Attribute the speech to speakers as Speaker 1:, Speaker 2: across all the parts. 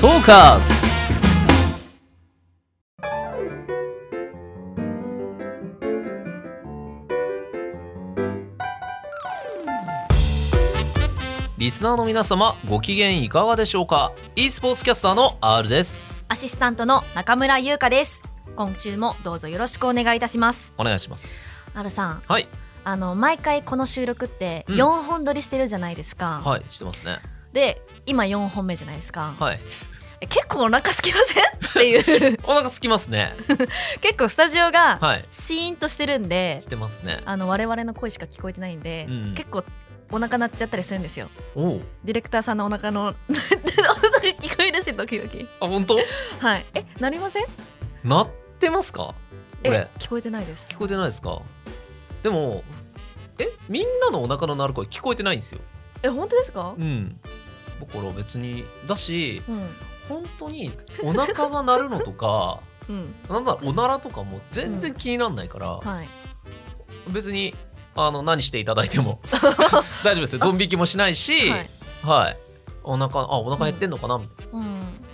Speaker 1: トーカーズリスナーの皆様ご機嫌いかがでしょうか e スポーツキャスターの R です
Speaker 2: アシスタントの中村優香です。今週もどうぞよろしくお願いいたします。
Speaker 1: お願いします
Speaker 2: あるさん、
Speaker 1: はい
Speaker 2: あの毎回この収録って
Speaker 1: うん
Speaker 2: 4本撮りしてるじゃないですか。
Speaker 1: はいしてますね
Speaker 2: で、今4本目じゃないですか。
Speaker 1: はい
Speaker 2: え結構お腹空きませんっ ていう。
Speaker 1: お腹すきますね
Speaker 2: 結構スタジオが
Speaker 1: はい
Speaker 2: シーンとしてるんで
Speaker 1: し、てますね
Speaker 2: あの我々の声しか聞こえてないんで、
Speaker 1: うん
Speaker 2: 結構お腹鳴っちゃったりするんですよ。
Speaker 1: おお
Speaker 2: ディレクターさんのお腹の 音が聞こえるし時々。
Speaker 1: あ本当
Speaker 2: はい。え、鳴りません？
Speaker 1: 鳴ってますかこれ
Speaker 2: え、聞こえてないです
Speaker 1: 聞。こえてないですかでもえみんなのお腹の鳴る声聞こえてないんですよ
Speaker 2: え、本当ですか？
Speaker 1: うんだから別にだし
Speaker 2: うん。
Speaker 1: 本当にお腹が鳴るのとか
Speaker 2: うん。
Speaker 1: なんだおならとかも全然気になんないから、
Speaker 2: はい。
Speaker 1: 別にあの何していただいて も大丈夫ですよドン引きもしないしは
Speaker 2: はいい、
Speaker 1: お腹あお腹減ってんのかな、みたいな
Speaker 2: うん、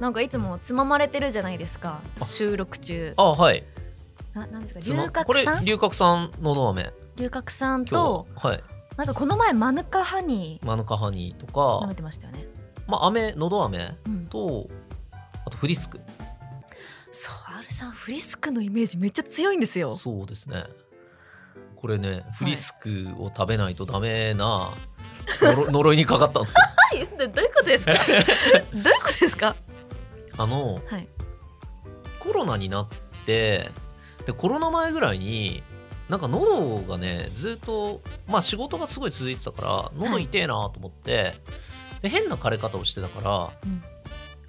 Speaker 2: なんかいつもつままれてるじゃないですか
Speaker 1: あ
Speaker 2: 収録中
Speaker 1: あはい
Speaker 2: ななんですか
Speaker 1: つま
Speaker 2: 龍角
Speaker 1: こ
Speaker 2: 散
Speaker 1: れ龍角散のど飴
Speaker 2: 龍角散
Speaker 1: 今
Speaker 2: と
Speaker 1: 日ははい
Speaker 2: なんかこの前マヌカハニ
Speaker 1: マヌカハニーと
Speaker 2: ー舐め
Speaker 1: か
Speaker 2: てましたよね、
Speaker 1: まあ飴のど飴
Speaker 2: うん、
Speaker 1: とあとフリスク
Speaker 2: そう R さんフリスクのイメージめっちゃ強いんですよ
Speaker 1: そうですねこれねフリスクを食べないとダメな呪 呪いにかかったんですよ
Speaker 2: はい どういうことですかどういうことですか
Speaker 1: あの
Speaker 2: はい
Speaker 1: コロナになってでコロナ前ぐらいになんか喉がねずっとまあ仕事がすごい続いてたから喉痛えなと思って、で変な枯れ方をしてたか
Speaker 2: うん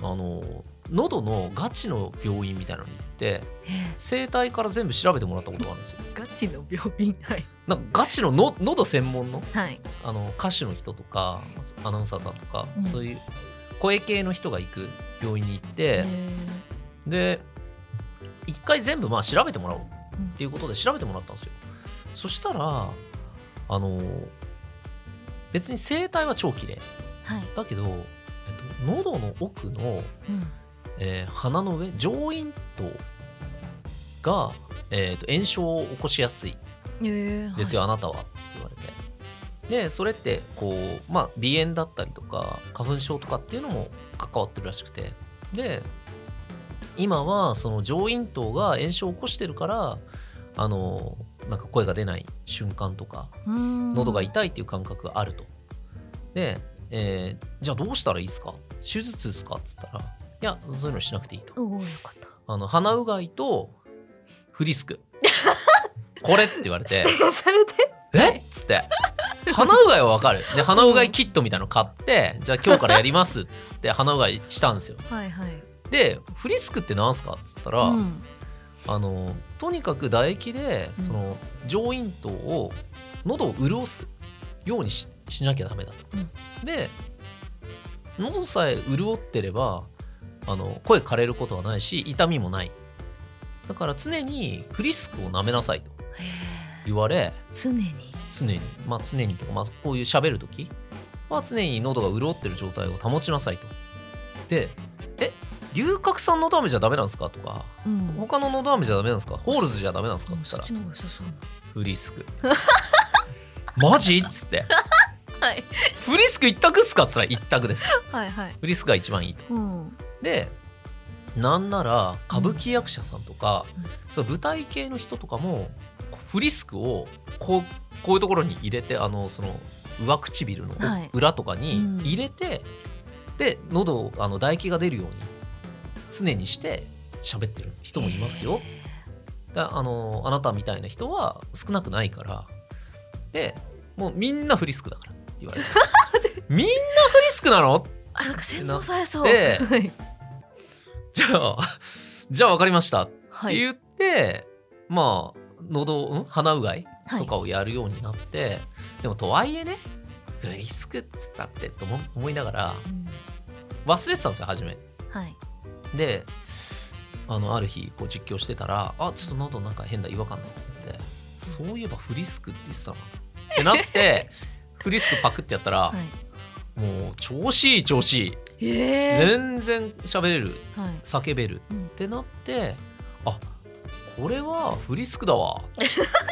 Speaker 1: らあの喉のガチの病院みたいなのに行って
Speaker 2: え
Speaker 1: 生体から全部調べてもらったことがあるんですよ
Speaker 2: ーガチの病院はい
Speaker 1: なんかガチのの喉専門の
Speaker 2: はい
Speaker 1: あの歌手の人とかアナウンサーさんとか、
Speaker 2: うん
Speaker 1: そういう声系の人が行く病院に行っ
Speaker 2: え
Speaker 1: て、で一回全部まあ調べてもらおうっていうことで調べてもらったんですよそしたらあの別に声帯は超綺麗
Speaker 2: はい、
Speaker 1: だけど、えっと、喉の奥の、
Speaker 2: うん、
Speaker 1: えー鼻の上上咽頭が、えーと炎症を起こしやすい
Speaker 2: えー
Speaker 1: ですよ、あなたは」って言われてでそれってこうまあ鼻炎だったりとか花粉症とかっていうのも関わってるらしくてで今はその上咽頭が炎症を起こしてるからあのなんか声が出ない瞬間とか
Speaker 2: はい、うん
Speaker 1: 喉が痛いっていう感覚があると。で、えーじゃあどうしたらいいですか手術ですかっつったら「いやそういうのしなくていい」と。
Speaker 2: おおよかった
Speaker 1: あの鼻うがいとフリス クこれって言われて。
Speaker 2: されて
Speaker 1: えっつって鼻うがいはわかるで鼻うがいキットみたいなの買って、じゃあ今日からやりますっつって鼻うがいしたんですよ
Speaker 2: はいはい
Speaker 1: でフリスクってなんすかっつったら、
Speaker 2: うん
Speaker 1: あのとにかく唾液で
Speaker 2: うん
Speaker 1: その上咽頭を喉を潤すようにししなきゃダメだと、で喉さえ潤ってればあの声枯れることはないし痛みもないだから常にフリスクを舐めなさいと
Speaker 2: へー
Speaker 1: 言われ
Speaker 2: 常に
Speaker 1: 常にまあ常にとか、まあ、こういう喋る時は常に喉が潤ってる状態を保ちなさいと。で「え龍角散のど飴じゃダメなんですか?」とか
Speaker 2: うん
Speaker 1: 「他ののど飴じゃダメなんですかホールズじゃダメなんですか?」っつった
Speaker 2: そ
Speaker 1: ら
Speaker 2: っちの方が良さそうな
Speaker 1: 「フリスク」 マジっつって
Speaker 2: はい
Speaker 1: 「フリスク一択っすか?」っつったら「一択です」
Speaker 2: はいはい
Speaker 1: フリスクが一番いいと。
Speaker 2: うん
Speaker 1: でなんなら歌舞伎役者さんとか、
Speaker 2: うん
Speaker 1: その舞台系の人とかもこうフリスクをこうこういうところに入れてあのその上唇の
Speaker 2: はい
Speaker 1: 裏とかに
Speaker 2: うん
Speaker 1: 入れて、で喉をあの唾液が出るように常にして喋ってる人もいますよ。だあのあなたみたいな人は少なくないからでもうみんなフリスクだからって言われて みんなフリスクなの
Speaker 2: あなんか洗脳されそう
Speaker 1: で
Speaker 2: はい
Speaker 1: じゃあじゃあ分かりました
Speaker 2: はい
Speaker 1: 言って、まあ喉、うん、鼻うがい
Speaker 2: はい
Speaker 1: とかをやるようになって、でもとはいえねフリスクっつったってと思思いながら
Speaker 2: うん
Speaker 1: 忘れてたんですよ初め
Speaker 2: はい
Speaker 1: であのある日こう実況してたらあちょっと喉なんか変だ違和感だと思ってそういえばフリスクって言ってたなってなってフリスクパクってやったら、
Speaker 2: はい
Speaker 1: もう調子いい調子いい
Speaker 2: ええ
Speaker 1: 全然喋れる
Speaker 2: はい。
Speaker 1: 叫べる
Speaker 2: うん
Speaker 1: ってなってあこれはフリスクだ わ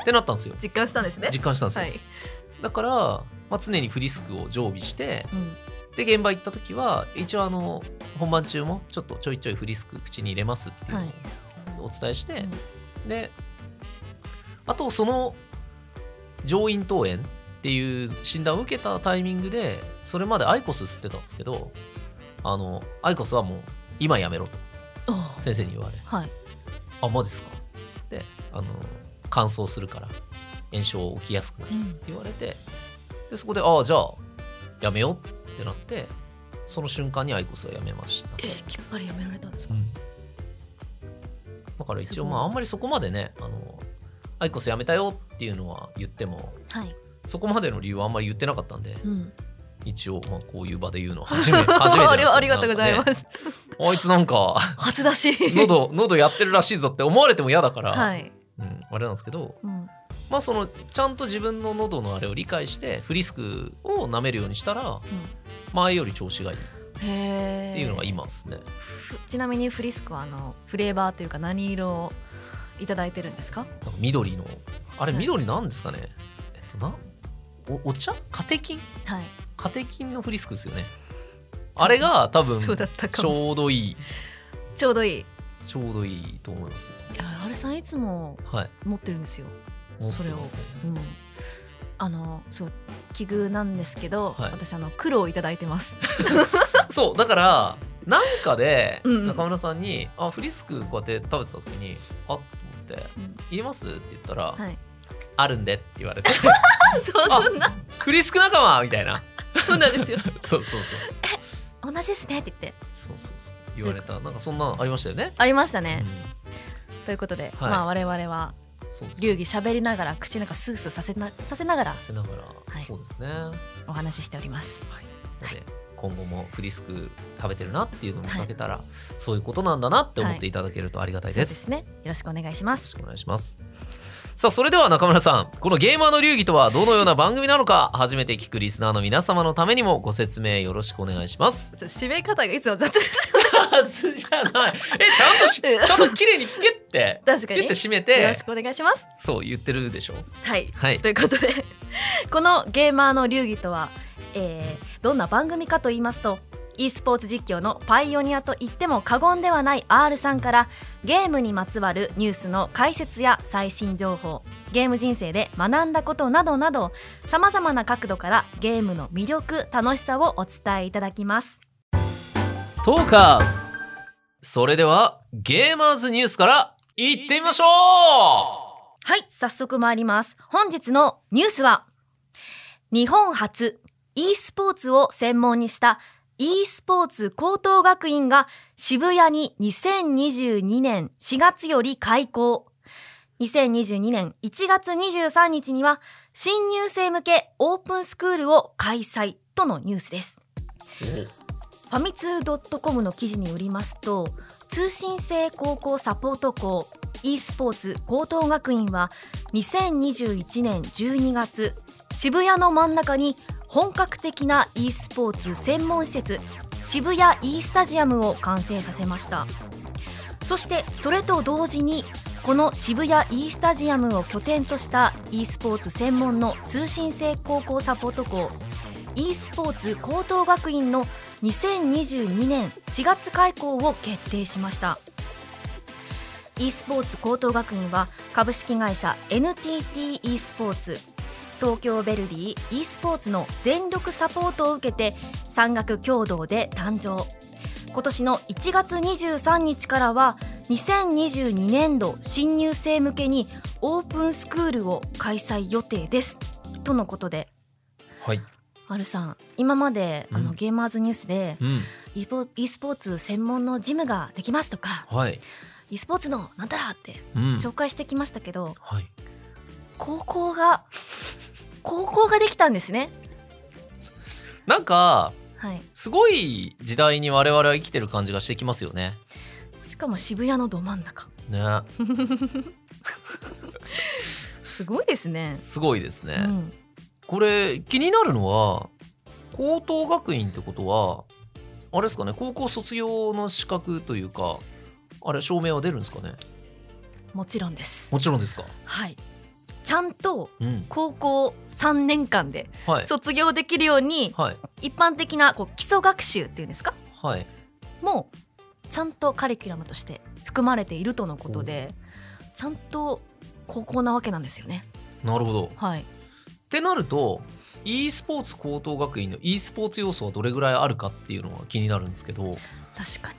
Speaker 1: ってなったんですよ
Speaker 2: 実感したんですね。
Speaker 1: 実感したんですよ、
Speaker 2: はい。
Speaker 1: だから、まあ、常にフリスクを常備して
Speaker 2: うん。
Speaker 1: で現場行った時は一応あの本番中もちょっとちょいちょいフリスク口に入れますっていう
Speaker 2: はい
Speaker 1: のをお伝えして、であとその上咽頭炎っていう診断を受けたタイミングでそれまでアイコス吸ってたんですけどあのアイコスはもう今やめろと
Speaker 2: おー
Speaker 1: 先生に言われ
Speaker 2: はい。
Speaker 1: 「あマジっすか」っつってあの乾燥するから炎症起きやすくなる
Speaker 2: うん
Speaker 1: って言われてでそこで「ああじゃあやめよう」ってなってその瞬間にアイコスはやめました、
Speaker 2: えー、きっぱりやめられたんですか。
Speaker 1: だから一応
Speaker 2: すごい
Speaker 1: まああんまりそこまでねあのアイコスやめたよっていうのは言っても
Speaker 2: はい。
Speaker 1: そこまでの理由はあんまり言ってなかったんで
Speaker 2: うん。
Speaker 1: 一応まあこういう場で言うのは 初め初めてなんですよ
Speaker 2: あれは ありがとうございま
Speaker 1: なんかね
Speaker 2: す。
Speaker 1: あいつなんか
Speaker 2: 初出し。
Speaker 1: 喉喉やってるらしいぞって思われても嫌だから、
Speaker 2: はい。
Speaker 1: うん、あれなんですけど
Speaker 2: うん。
Speaker 1: まあそのちゃんと自分の喉のあれを理解してフリスクを舐めるようにしたら前より調子がいいっ
Speaker 2: へえ。
Speaker 1: ていうのが。今ですね、
Speaker 2: ふちなみにフリスクはあのフレーバーというか何色をいただいてるんですか。
Speaker 1: なんか緑のあれ
Speaker 2: はい
Speaker 1: 緑なんですかね、えっとなおお茶カテキン
Speaker 2: はい。
Speaker 1: カテキンのフリスクですよねあれが多分
Speaker 2: そうだったか
Speaker 1: ち
Speaker 2: も。
Speaker 1: ょうどいい
Speaker 2: ちょうどいい。
Speaker 1: ちょうどいいと思いますね
Speaker 2: いや、あれさんいつも
Speaker 1: はい
Speaker 2: 持ってるんですよ。
Speaker 1: 持っ
Speaker 2: そ
Speaker 1: て
Speaker 2: れを
Speaker 1: ますね
Speaker 2: うん。あの、そう、器具なんですけど、
Speaker 1: はい
Speaker 2: 私あの黒をいただいて ます。
Speaker 1: そうだからなんかで
Speaker 2: うんうん
Speaker 1: 中村さんに「あフリスクこうやって食べてた時にあっと思って
Speaker 2: うん
Speaker 1: 「いります?」って言ったら「
Speaker 2: はい。
Speaker 1: あるんで」って言われ て
Speaker 2: そう、
Speaker 1: あ
Speaker 2: そんな、
Speaker 1: フリスク仲間みたいな
Speaker 2: そうなんですよ。
Speaker 1: そうそうそう
Speaker 2: 同じですねって言って。
Speaker 1: そうそうそう言われたなんかそんなのありましたよね、
Speaker 2: ありました
Speaker 1: う
Speaker 2: ね。
Speaker 1: ん、
Speaker 2: ということで、
Speaker 1: はい
Speaker 2: まあ、我々は
Speaker 1: そうです
Speaker 2: 流儀喋りながら、口なんかスースーさせな、させながら、
Speaker 1: せながら、
Speaker 2: い
Speaker 1: そうですねなの
Speaker 2: お話ししております。
Speaker 1: で今後もフリスク食べてるなっていうのを見かけたら、そういうことなんだなって思っていただけるとありがたい
Speaker 2: そう
Speaker 1: で、
Speaker 2: ですすね。よろしくお願いしま
Speaker 1: よろ
Speaker 2: す。
Speaker 1: しくお願いしますさあそれでは中村さんこのゲーマーの流儀とはどのような番組なのか初めて聞くリスナーの皆様のためにもご説明よろしくお願いします
Speaker 2: ちょっと締め方がいつも雑です。
Speaker 1: はずじゃないえちゃんと し
Speaker 2: うん
Speaker 1: ちゃんと綺麗にピュッて
Speaker 2: 確
Speaker 1: ピ
Speaker 2: か
Speaker 1: ュッ
Speaker 2: に。
Speaker 1: て
Speaker 2: よ
Speaker 1: 締めて
Speaker 2: ろしくお願いします。
Speaker 1: そう言ってるでしょ
Speaker 2: はい。
Speaker 1: はい
Speaker 2: ということで この「ゲーマーの流儀」とは、えーどんな番組かと言いますと e スポーツ実況のパイオニアと言っても過言ではない R さんからゲームにまつわるニュースの解説や最新情報ゲーム人生で学んだことなどなどさまざまな角度からゲームの魅力楽しさをお伝えいただきます。
Speaker 1: トーカーズそれではゲーマーズニュースから行ってみましょう
Speaker 2: はい、早速参ります。本日のニュースは、日本初 e スポーツを専門にした e スポーツ高等学院が渋谷に2022年4月より開校。2022年1月23日には新入生向けオープンスクールを開催とのニュースです。ファミツー .com の記事によりますと通信制高校サポート校 e スポーツ高等学院は2021年12月渋谷の真ん中に本格的な e スポーツ専門施設渋谷 e スタジアムを完成させましたそしてそれと同時にこの渋谷 e スタジアムを拠点とした e スポーツ専門の通信制高校サポート校 e スポーツ高等学院の2022年4月開校を決定しました e スポーツ高等学院は株式会社 NTT e スポーツ東京ベルディ e スポーツの全力サポートを受けて産学共同で誕生今年の1月23日からは2022年度新入生向けにオープンスクールを開催予定ですとのことで
Speaker 1: はい、
Speaker 2: あるさん今まで、あ
Speaker 1: う
Speaker 2: の
Speaker 1: ん
Speaker 2: ゲーマーズニュースで
Speaker 1: うん、
Speaker 2: e スポ e スポーツ専門のジムができますとか
Speaker 1: はい、
Speaker 2: e スポーツのなんたらって
Speaker 1: うん、
Speaker 2: 紹介してきましたけど、
Speaker 1: はい、
Speaker 2: 高校が 高校ができたんですね
Speaker 1: なんか
Speaker 2: はい
Speaker 1: すごい時代に我々は生きてる感じがしてきますよね
Speaker 2: しかも渋谷のど真ん中
Speaker 1: ね、
Speaker 2: すごいですね
Speaker 1: すごいですね、
Speaker 2: うん、
Speaker 1: これ気になるのは高等学院ってことはあれですかね高校卒業の資格というかあれ証明は出るんですかね
Speaker 2: もちろんです。
Speaker 1: もちろんですか
Speaker 2: はい。ちゃんと
Speaker 1: うん
Speaker 2: 高校3年間で
Speaker 1: はい
Speaker 2: 卒業できるように
Speaker 1: はい
Speaker 2: 一般的なこう基礎学習っていうんですか
Speaker 1: はい
Speaker 2: もうちゃんとカリキュラムとして含まれているとのことでちゃんと高校なわけなんですよね。
Speaker 1: なるほど
Speaker 2: はい、
Speaker 1: ってなると e スポーツ高等学院の e スポーツ要素はどれぐらいあるかっていうのが気になるんですけど
Speaker 2: 確かに。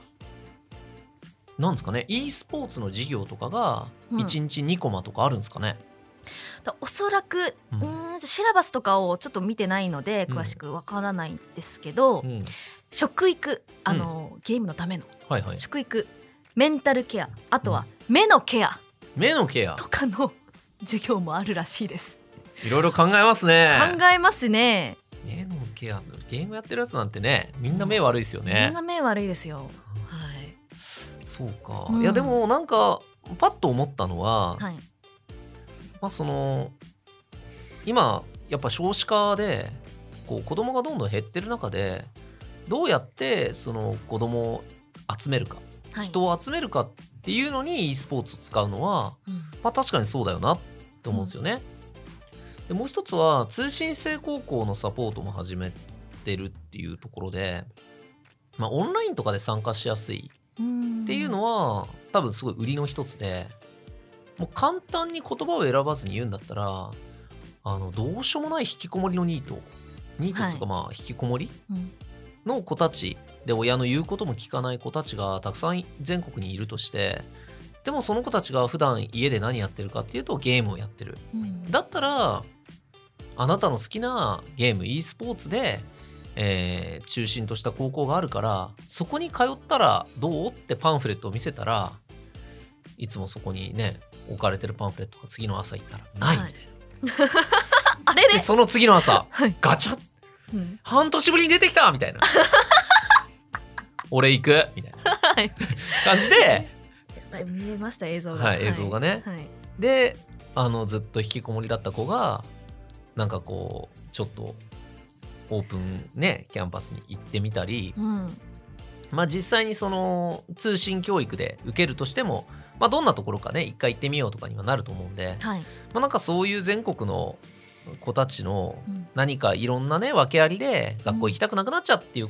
Speaker 1: なんですかね e スポーツの授業とかが
Speaker 2: うん
Speaker 1: 1日2コマとかあるんですかね、
Speaker 2: だおそらく、
Speaker 1: う
Speaker 2: うんーん、シラバスとかをちょっと見てないので
Speaker 1: うん
Speaker 2: 詳しくわからないんですけど、
Speaker 1: うん
Speaker 2: 食育あの、ゲームのための
Speaker 1: はいはい
Speaker 2: 食育メンタルケアあとは目のケア
Speaker 1: 目のケア
Speaker 2: とかの 授業もあるらしいです。
Speaker 1: いろいろ考えますね
Speaker 2: 考えますね。
Speaker 1: 目のケアゲームやってるやつなんてねみんな目悪いですよ
Speaker 2: み
Speaker 1: ね
Speaker 2: んな目悪いですよ。はい。
Speaker 1: そうか、
Speaker 2: うん
Speaker 1: いやでもなんかパッと思ったのは、
Speaker 2: はい。
Speaker 1: まあその今やっぱ少子化でこう子供がどんどん減ってる中でどうやってその子供を集めるか、
Speaker 2: はい、
Speaker 1: 人を集めるかっていうのに e スポーツ使うのは、
Speaker 2: うん
Speaker 1: まあ、確かにそうだよなって思うんですよね。でもう一つは通信制高校のサポートも始めてるっていうところで、まあ、オンラインとかで参加しやすいっていうのは多分すごい売りの一つでもう簡単に言葉を選ばずに言うんだったらあのどうしようもない引きこもりのニートニートっていうかまあ引きこもり
Speaker 2: うん
Speaker 1: の子たちで親の言うことも聞かない子たちがたくさん全国にいるとしてでもその子たちが普段家で何やってるかっていうとゲームをやってる
Speaker 2: うん
Speaker 1: だったらあなたの好きなゲーム e スポーツで、えー中心とした高校があるからそこに通ったらどうってパンフレットを見せたらいつもそこにね置かれてるパンフレットが次の朝行ったらないみたいな、
Speaker 2: あれ
Speaker 1: で
Speaker 2: れ、
Speaker 1: その次の朝、
Speaker 2: はい
Speaker 1: ガチャ
Speaker 2: うん
Speaker 1: 半年ぶりに出てきたみたいな俺行くみたいな
Speaker 2: はい
Speaker 1: 感じで
Speaker 2: はい見えました映像が、
Speaker 1: はい映像がね
Speaker 2: はい
Speaker 1: であのずっと引きこもりだった子がなんかこうちょっとオープンねキャンパスに行ってみたり、
Speaker 2: うん
Speaker 1: まあ、実際にその通信教育で受けるとしても、まあ、どんなところかね一回行ってみようとかにはなると思うんで、
Speaker 2: はい
Speaker 1: まあ、なんかそういう全国の子たちの
Speaker 2: うん
Speaker 1: 何かいろんなね訳ありで学校行きたくなくなっちゃっていう、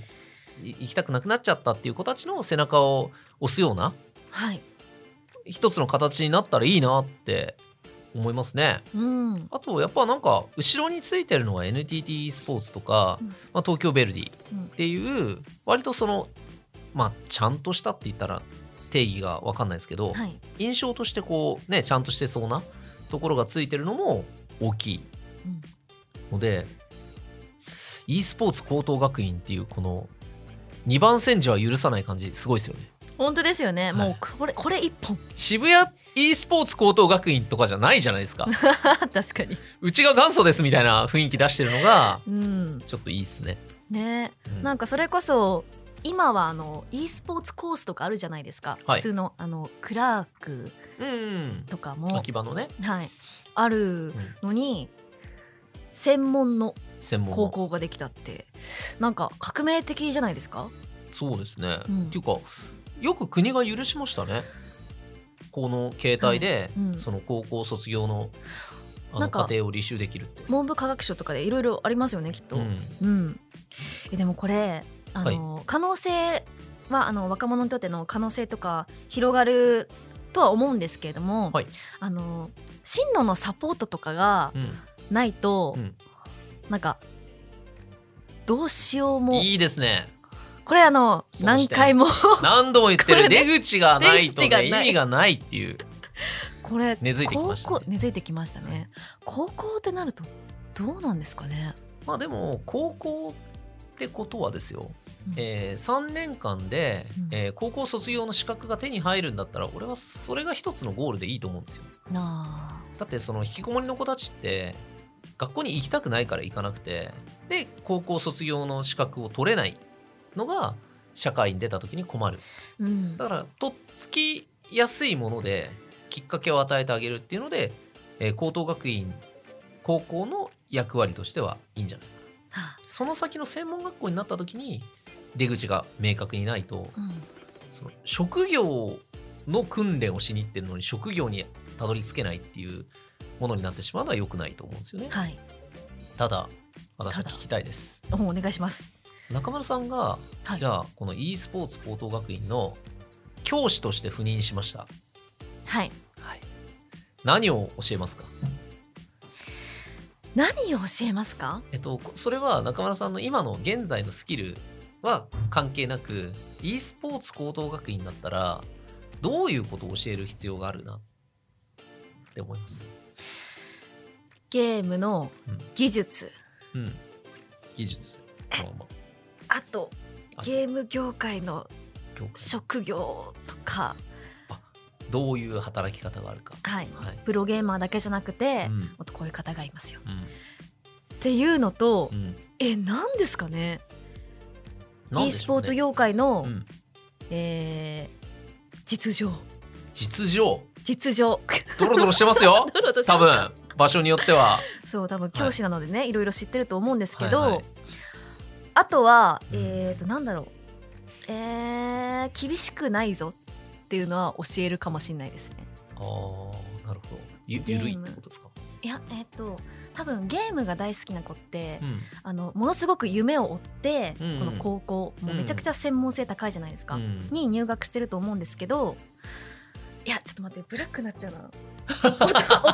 Speaker 1: い行きたくなくなっちゃったっていう子たちの背中を押すような
Speaker 2: はい
Speaker 1: 一つの形になったらいいなって思いますね。
Speaker 2: うん
Speaker 1: あとやっぱなんか後ろについてるのが NTT スポーツとか、
Speaker 2: うん
Speaker 1: まあ、東京ヴェルディっ
Speaker 2: うん
Speaker 1: ていう割とそのまあちゃんとしたって言ったら定義が分かんないですけど、
Speaker 2: はい
Speaker 1: 印象としてこうねちゃんとしてそうなところがついてるのも大きい
Speaker 2: うん
Speaker 1: ので e スポーツ高等学院っていうこの2番戦時は許さない感じすごいですよね。
Speaker 2: 本当ですよね、
Speaker 1: い
Speaker 2: もうこれこれ一本
Speaker 1: 渋谷 e スポーツ高等学院とかじゃないじゃない ですか
Speaker 2: 確かに
Speaker 1: うちが元祖ですみたいな雰囲気出してるのが
Speaker 2: うん
Speaker 1: ちょっといいですね。
Speaker 2: ね
Speaker 1: うん
Speaker 2: なんかそれこそ今はあの e スポーツコースとかあるじゃないですか、
Speaker 1: はい
Speaker 2: 普通のあのクラーク
Speaker 1: うん、
Speaker 2: とかも
Speaker 1: 秋葉のね
Speaker 2: はいあるのに、専門の
Speaker 1: 専門の
Speaker 2: 高校ができたってなんか革命的じゃないですか
Speaker 1: そうですね、
Speaker 2: うん
Speaker 1: っていうかよく国が許しましたねこの携帯で、
Speaker 2: はいうん
Speaker 1: その高校卒業のあ
Speaker 2: な
Speaker 1: の
Speaker 2: んか
Speaker 1: 家庭を履修できるって。
Speaker 2: 文部科学省とかでいろいろありますよねきっと、
Speaker 1: うん
Speaker 2: うん、えでもこれあの、可能性はあの若者にとっての可能性とか広がるとは思うんですけれども、
Speaker 1: はい
Speaker 2: あの進路のサポートとかが
Speaker 1: うん
Speaker 2: ないと、
Speaker 1: うん
Speaker 2: なんかどうしようも
Speaker 1: いいですね
Speaker 2: これあの
Speaker 1: そうして
Speaker 2: 何 回も
Speaker 1: 何度も言って
Speaker 2: これ
Speaker 1: る
Speaker 2: ね
Speaker 1: 出口がないと、
Speaker 2: 出口がな
Speaker 1: ね、
Speaker 2: い
Speaker 1: 意味がないっていう
Speaker 2: これ
Speaker 1: 根付いてきましたね
Speaker 2: 高校根付いてきましたね高校ってなるとどうなんですかね
Speaker 1: まあでも高校ってことはですよ、
Speaker 2: うん
Speaker 1: え3年間で、
Speaker 2: うん
Speaker 1: えー高校卒業の資格が手に入るんだったら俺はそれが一つのゴールでいいと思うんですよ。
Speaker 2: な
Speaker 1: だってその引きこもりの子たちって学校に行きたくないから行かなくてで高校卒業の資格を取れないのが社会に出た時に困る
Speaker 2: あ、うん、
Speaker 1: だからとっつきやすいものできっかけを与えてあげるっていうので、えー高等学院高校の役割としてはいいんじゃない
Speaker 2: はあ
Speaker 1: その先の専門学校になった時に出口が明確にないと
Speaker 2: うん
Speaker 1: その職業の訓練をしに行ってるのに職業にたどり着けないっていうものになってしまうのは良くないと思うんですよね。
Speaker 2: はい
Speaker 1: ただ私は
Speaker 2: ただ
Speaker 1: 聞きたいです。
Speaker 2: おお願いします
Speaker 1: 中村さんが、
Speaker 2: はい
Speaker 1: じゃあこの e スポーツ高等学院の教師として赴任しました。
Speaker 2: はい
Speaker 1: はい、何を教えますか
Speaker 2: 何を教えますか
Speaker 1: えっと、それは中村さんの今の現在のスキルは関係なく e スポーツ高等学院だったらどういうことを教える必要があるなって思います。
Speaker 2: ゲームの技術、
Speaker 1: うん、技術、まあま
Speaker 2: あと
Speaker 1: あ
Speaker 2: ゲーム業界の
Speaker 1: あ教科
Speaker 2: 職業とか
Speaker 1: どういう働き方があるか。
Speaker 2: はい
Speaker 1: はい
Speaker 2: プロゲーマーだけじゃなくて、
Speaker 1: うん
Speaker 2: もっとこういう方がいますよ
Speaker 1: うん
Speaker 2: っていうのと、
Speaker 1: うん
Speaker 2: え何ですかね
Speaker 1: なん
Speaker 2: e
Speaker 1: で
Speaker 2: ス
Speaker 1: しょ
Speaker 2: ポ
Speaker 1: うね
Speaker 2: ーツ業界の、
Speaker 1: うん
Speaker 2: えー実情
Speaker 1: 実情
Speaker 2: 実情
Speaker 1: ドロドロしてます よ
Speaker 2: ドロドロし
Speaker 1: 多
Speaker 2: ますか
Speaker 1: 分場所によっては。
Speaker 2: そう多分教師なのでね、い、ろいろ知ってると思うんですけど、
Speaker 1: はいはい
Speaker 2: あとは、
Speaker 1: うん
Speaker 2: えっ、となんだろうえー厳しくないぞっていうのは教えるかもしれないですね
Speaker 1: ああなるほど。ゆ
Speaker 2: ゲー
Speaker 1: ゆ
Speaker 2: ム
Speaker 1: るいってことですか。
Speaker 2: いやえっ、と多分ゲームが大好きな子って、
Speaker 1: うん
Speaker 2: あのものすごく夢を追って、
Speaker 1: うん
Speaker 2: この高校もうめちゃくちゃ専門性高いじゃないですか、
Speaker 1: うん
Speaker 2: に入学してると思うんですけどいやちょっと待ってブラックになっちゃうな 大人の目線にな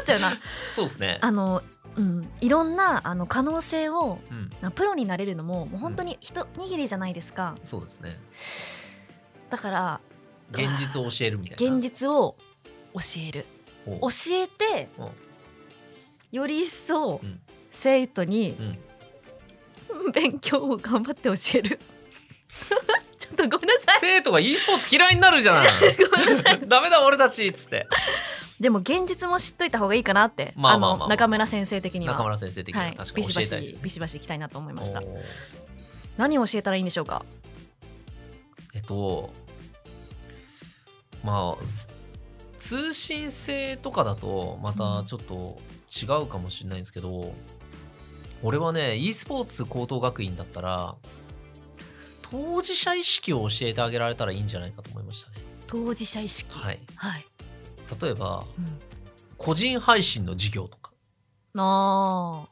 Speaker 2: っちゃうな
Speaker 1: そうですね。
Speaker 2: あの、うん、いろんなあの可能性を
Speaker 1: うん
Speaker 2: あプロになれるのももう本当に一握りじゃないですか
Speaker 1: そうですね。
Speaker 2: だから
Speaker 1: 現実を教えるみたいな。
Speaker 2: 現実を教える教
Speaker 1: お
Speaker 2: えて
Speaker 1: うん
Speaker 2: より一層
Speaker 1: うん
Speaker 2: 生徒に
Speaker 1: うん
Speaker 2: 勉強を頑張って教える ちょっとごめんなさい
Speaker 1: 生徒が e スポーツ嫌いになるじゃない
Speaker 2: ごめんなさい
Speaker 1: ダメだ俺たちっつって
Speaker 2: でも現実も知っといた方がいいかなって
Speaker 1: まあ
Speaker 2: あ
Speaker 1: まあまあ
Speaker 2: の中村先生的には
Speaker 1: 中村先生的に
Speaker 2: は
Speaker 1: はい確か
Speaker 2: ビ
Speaker 1: に
Speaker 2: シ
Speaker 1: 教
Speaker 2: バ
Speaker 1: えたいです
Speaker 2: シ
Speaker 1: よね
Speaker 2: ビシバシ行きたいなと思いました
Speaker 1: おー
Speaker 2: 何を教えたらいいんでしょうか
Speaker 1: えっとまあす通信制とかだとまたちょっと違うかもしれないんですけど、俺はね e スポーツ高等学院だったら当事者意識を教えてあげられたらいいんじゃないかと思いましたね。
Speaker 2: 当事者意識
Speaker 1: はい、
Speaker 2: はい
Speaker 1: 例えば
Speaker 2: うん
Speaker 1: 個人配信の授業とか
Speaker 2: あ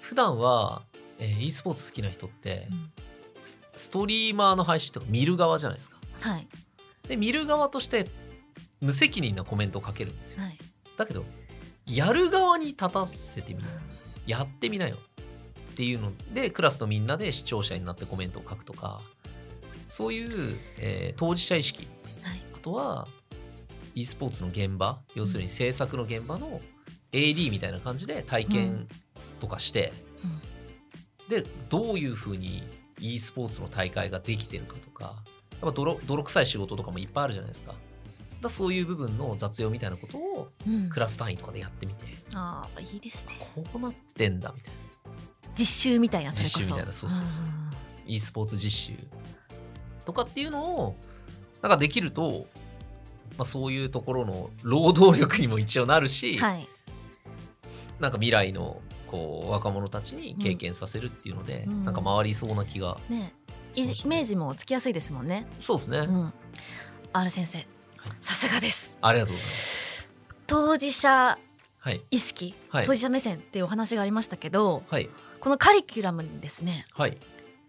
Speaker 1: 普段は、えー e スポーツ好きな人って
Speaker 2: ー、うん
Speaker 1: スストリーマーの配信とか見る側じゃないですか
Speaker 2: はい
Speaker 1: で見る側として無責任なコメントをかけるんですよ
Speaker 2: はい
Speaker 1: だけどやる側に立たせてみるやってみなよっていうのでクラスのみんなで視聴者になってコメントを書くとかそういう、えー当事者意識
Speaker 2: はい
Speaker 1: あとは e スポーツの現場要するに制作の現場の AD みたいな感じで体験とかして、でどういうふうに e スポーツの大会ができてるかとかやっぱ泥泥臭い仕事とかもいっぱいあるじゃないですかだからそういう部分の雑用みたいなことを
Speaker 2: うん
Speaker 1: クラス単位とかでやってみて、
Speaker 2: ああいいですね
Speaker 1: こうなってんだみたいな
Speaker 2: 実習みたいなそれこそ
Speaker 1: 実習みたいなそうそうそうん e スポーツ実習とかっていうのをなんかできると、まあ、そういうところの労働力にも一応なるし、
Speaker 2: はい、
Speaker 1: なんか未来のこう若者たちに経験させるっていうので、
Speaker 2: うん
Speaker 1: なんか回りそうな気が、
Speaker 2: ね
Speaker 1: し
Speaker 2: イ
Speaker 1: ましたね
Speaker 2: メージもつきやすいですもんね
Speaker 1: そうですね、
Speaker 2: うん、R 先生さすがです
Speaker 1: ありがとうございます
Speaker 2: 当事者
Speaker 1: はい
Speaker 2: 意識、
Speaker 1: はい
Speaker 2: 当事者目線っていうお話がありましたけど
Speaker 1: はい
Speaker 2: このカリキュラムにですね
Speaker 1: はい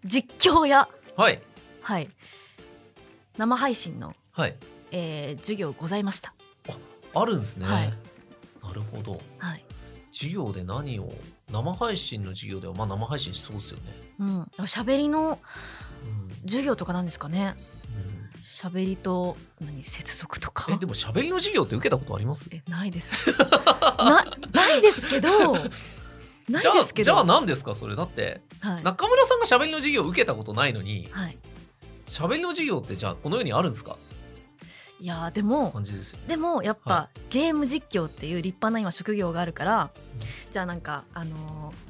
Speaker 2: 実況や、
Speaker 1: はい
Speaker 2: はい、生配信の、
Speaker 1: はい
Speaker 2: えー授業ございました、
Speaker 1: あるんですね、
Speaker 2: はい
Speaker 1: なるほど
Speaker 2: はい
Speaker 1: 授業で何を生配信の授業ではまあ生配信しそうですよね、
Speaker 2: うん、おしゃべりの
Speaker 1: うん
Speaker 2: 授業とかなんですかね
Speaker 1: うん
Speaker 2: しゃべりと何接続とか
Speaker 1: えでも喋りの授業って受けたことあります
Speaker 2: えないです なないです けどないですけど
Speaker 1: じゃあじゃあ何ですかそれだって
Speaker 2: はい
Speaker 1: 中村さんが喋りの授業を受けたことないのに
Speaker 2: はい、
Speaker 1: 喋りの授業ってじゃあこの世にあるんですか
Speaker 2: いやーでも
Speaker 1: 感じですよね
Speaker 2: でもやっぱ、
Speaker 1: は
Speaker 2: ゲーム実況っていう立派な今職業があるから
Speaker 1: う
Speaker 2: じゃあなんかあのー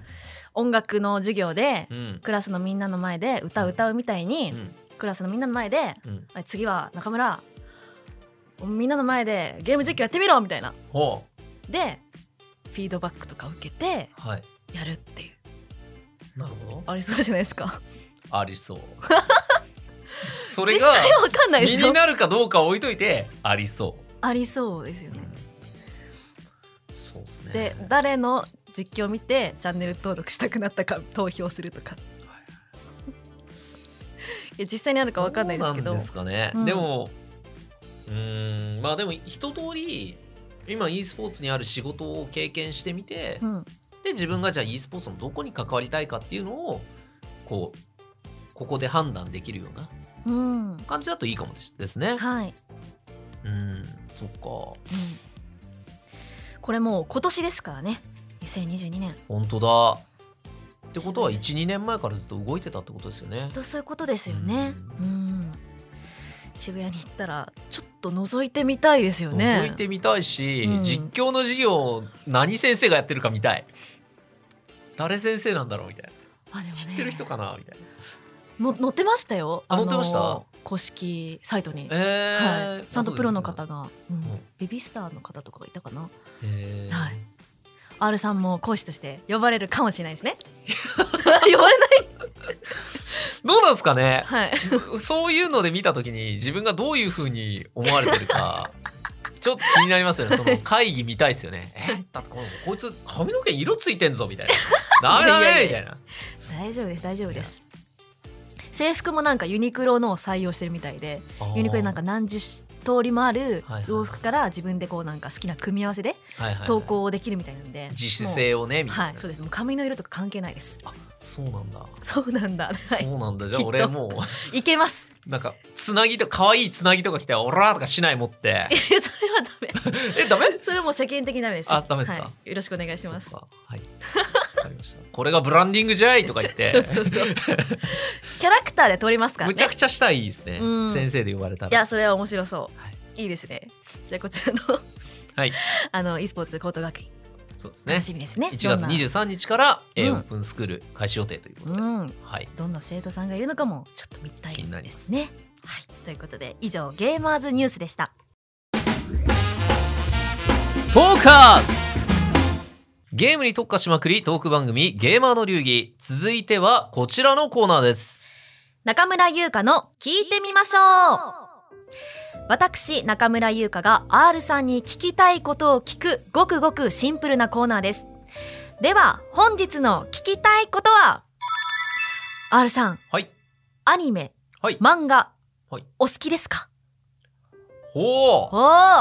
Speaker 2: 音楽の授業で
Speaker 1: うん
Speaker 2: クラスのみんなの前で歌う歌うみたいに、
Speaker 1: うん
Speaker 2: クラスのみんなの前で
Speaker 1: うん
Speaker 2: はい次は中村みんなの前でゲーム実況やってみろみたいな
Speaker 1: ほ
Speaker 2: でフィードバックとか受けて
Speaker 1: うはい
Speaker 2: やるっていう
Speaker 1: なるほど
Speaker 2: ありそうじゃないですか
Speaker 1: あり そうそれ
Speaker 2: 実
Speaker 1: が
Speaker 2: 際わかんないで
Speaker 1: 身
Speaker 2: すよ
Speaker 1: になるかどうかは置いといてありそ
Speaker 2: ありそうですよ
Speaker 1: う、う
Speaker 2: ね
Speaker 1: ん、そうですね
Speaker 2: で誰の実況を見てチャンネル登録したくなったか投票するとかいや実際にあるかわかんないですけ
Speaker 1: そうんで
Speaker 2: ど
Speaker 1: すかね、
Speaker 2: うん
Speaker 1: でもうーんまあでも一通り今 e スポーツにある仕事を経験してみて、
Speaker 2: うん
Speaker 1: で自分がじゃあ e スポーツのどこに関わりたいかっていうのをこうここで判断できるような
Speaker 2: うん
Speaker 1: 感じだといいかもですね。
Speaker 2: はい、
Speaker 1: うんそっか
Speaker 2: うんこれもう今年ですからね2022年
Speaker 1: 本当だ。ってことは12年前からずっと動いてたってことですよね
Speaker 2: きっ。とそういうことですよね
Speaker 1: う
Speaker 2: うん渋谷に行ったらちょっと覗いてみたいですよね
Speaker 1: 覗いてみたいし、
Speaker 2: うん
Speaker 1: 実況の授業何先生がやってるか見たい。誰先生なんだろうみたいな。
Speaker 2: あでもね
Speaker 1: 知ってる人かなみたいな。
Speaker 2: も載ってましたよ
Speaker 1: あ
Speaker 2: の
Speaker 1: 載ってました
Speaker 2: 公式サイトに
Speaker 1: えー
Speaker 2: はい、ちゃんとプロの方。が、うん
Speaker 1: うん
Speaker 2: ベビースターの方とかがいたかな
Speaker 1: えー
Speaker 2: はい R さんも講師として呼ばれるかもしれないですね 呼ばれない
Speaker 1: どうなんですかね。
Speaker 2: はい
Speaker 1: そういうので見たときに自分がどういうふうに思われてる か。ちょっと気になりますよね。その会議見たいですよね。えだってこのこいつ髪の毛色ついてんぞみたい な。ダメダメみたいな。
Speaker 2: 大丈夫です大丈夫です制服もなんかユニクロのを採用してるみたいでユニクロになんか何十通りもある
Speaker 1: はいはい
Speaker 2: 洋服から自分でこうなんか好きな組み合わせで
Speaker 1: はいはいはい
Speaker 2: 投稿できるみたいなんで、
Speaker 1: 自主性をねみ
Speaker 2: もう
Speaker 1: たいな、
Speaker 2: はいそうですもう髪の色とか関係ないです
Speaker 1: そうなんだ、
Speaker 2: そうなんだはい
Speaker 1: そうなんだじゃ
Speaker 2: き
Speaker 1: あ
Speaker 2: っと
Speaker 1: 俺も
Speaker 2: いけます
Speaker 1: うなんかつなぎと可愛いつなぎとか来てオラーとかしない持って
Speaker 2: えそれはダメ
Speaker 1: えダメ
Speaker 2: それはもう世間的にダメです
Speaker 1: あダメですか
Speaker 2: はい、よろしくお願いします
Speaker 1: そうかはいわかりましたこれがブランディングじゃいとか言って
Speaker 2: そうそうそうキャラクターで撮りますから
Speaker 1: む
Speaker 2: ね
Speaker 1: ちゃくちゃしたいですね、
Speaker 2: うん
Speaker 1: 先生で呼ばれた
Speaker 2: いや
Speaker 1: ら
Speaker 2: それは面白そう、、
Speaker 1: はい
Speaker 2: いですねじゃあこちらの
Speaker 1: はい
Speaker 2: あの e スポーツ高等学院
Speaker 1: そうですね
Speaker 2: 楽しみですね
Speaker 1: 1月23日から、えー
Speaker 2: うん
Speaker 1: オープンスクール開始予定ということ
Speaker 2: どん
Speaker 1: で、
Speaker 2: なうん
Speaker 1: はい
Speaker 2: どんな生徒さんがいるのかもちょっと見たい
Speaker 1: 気になり
Speaker 2: で
Speaker 1: ますす
Speaker 2: ねはいということで以上ゲーマーズニュースでした
Speaker 1: トーカーズゲームに特化しまくりトーク番組「ゲーマーの流儀」続いてはこちらのコーナーです
Speaker 2: 中村優香の聞いてみましょう私中村優香が R さんに聞きたいことを聞くごくごくシンプルなコーナーですでは本日の聞きたいことは R さん
Speaker 1: はい
Speaker 2: アニメ
Speaker 1: はい
Speaker 2: 漫画、
Speaker 1: はい
Speaker 2: お好きですか
Speaker 1: おお
Speaker 2: お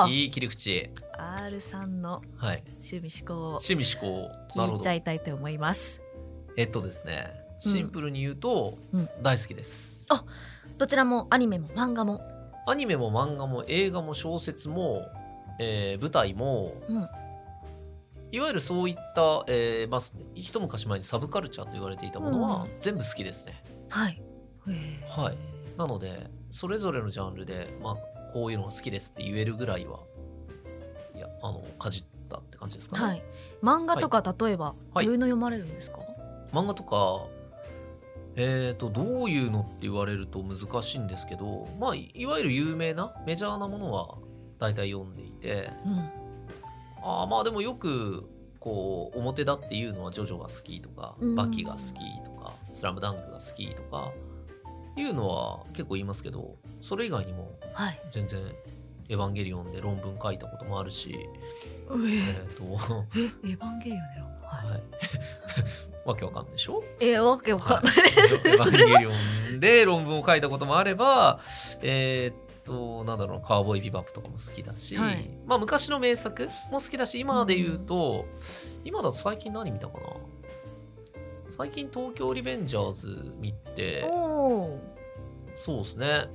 Speaker 2: ー
Speaker 1: いい切り口
Speaker 2: R さんの
Speaker 1: はい
Speaker 2: 趣味思考を
Speaker 1: 趣味嗜好なる
Speaker 2: 聞
Speaker 1: ほ
Speaker 2: いちゃ
Speaker 1: ど
Speaker 2: いたいと思います
Speaker 1: えっとですね
Speaker 2: うん
Speaker 1: シンプルに言うと、
Speaker 2: うん
Speaker 1: 大好きです
Speaker 2: どちらもアニメも漫画も
Speaker 1: アニメも漫画も映画も小説も、えー舞台も、
Speaker 2: うん
Speaker 1: いわゆるそういった、えーまあ、一昔前にサブカルチャーと言われていたものは、
Speaker 2: う
Speaker 1: 全部好きですね
Speaker 2: はい
Speaker 1: はいなのでそれぞれのジャンルで、まあ、こういうのが好きですって言えるぐらいはいやあのかじったって感じですかね、
Speaker 2: はい漫画とか例えば、
Speaker 1: はい
Speaker 2: どういうの読まれるんですか、
Speaker 1: 漫画とかえー、とどういうのって言われると難しいんですけど、まあ、いいわゆる有名なメジャーなものは大体読んでいて
Speaker 2: うん
Speaker 1: あーまあでもよくこう表だっていうのは「ジョジョが好き」とか
Speaker 2: うん
Speaker 1: 「バキが好き」とか「スラムダンクが好き」とかいうのは結構言いますけどそれ以外にも
Speaker 2: はい。
Speaker 1: 全然「エヴァンゲリオン」で論文書いたこともあるし、えー、と
Speaker 2: え、エヴァンゲリオンだよ。はい。
Speaker 1: はい わけわかんないでしょ
Speaker 2: え、わけわかんない
Speaker 1: エ
Speaker 2: です。
Speaker 1: ヴァンゲリオンで論文を書いたこともあれば、えーっと、なんだろう、カーボーイビバップとかも好きだし、
Speaker 2: はい
Speaker 1: まあ昔の名作も好きだし、今で言うと、今だと最近何見たかな最近東京リベンジャーズ見て、
Speaker 2: おー
Speaker 1: そうですね、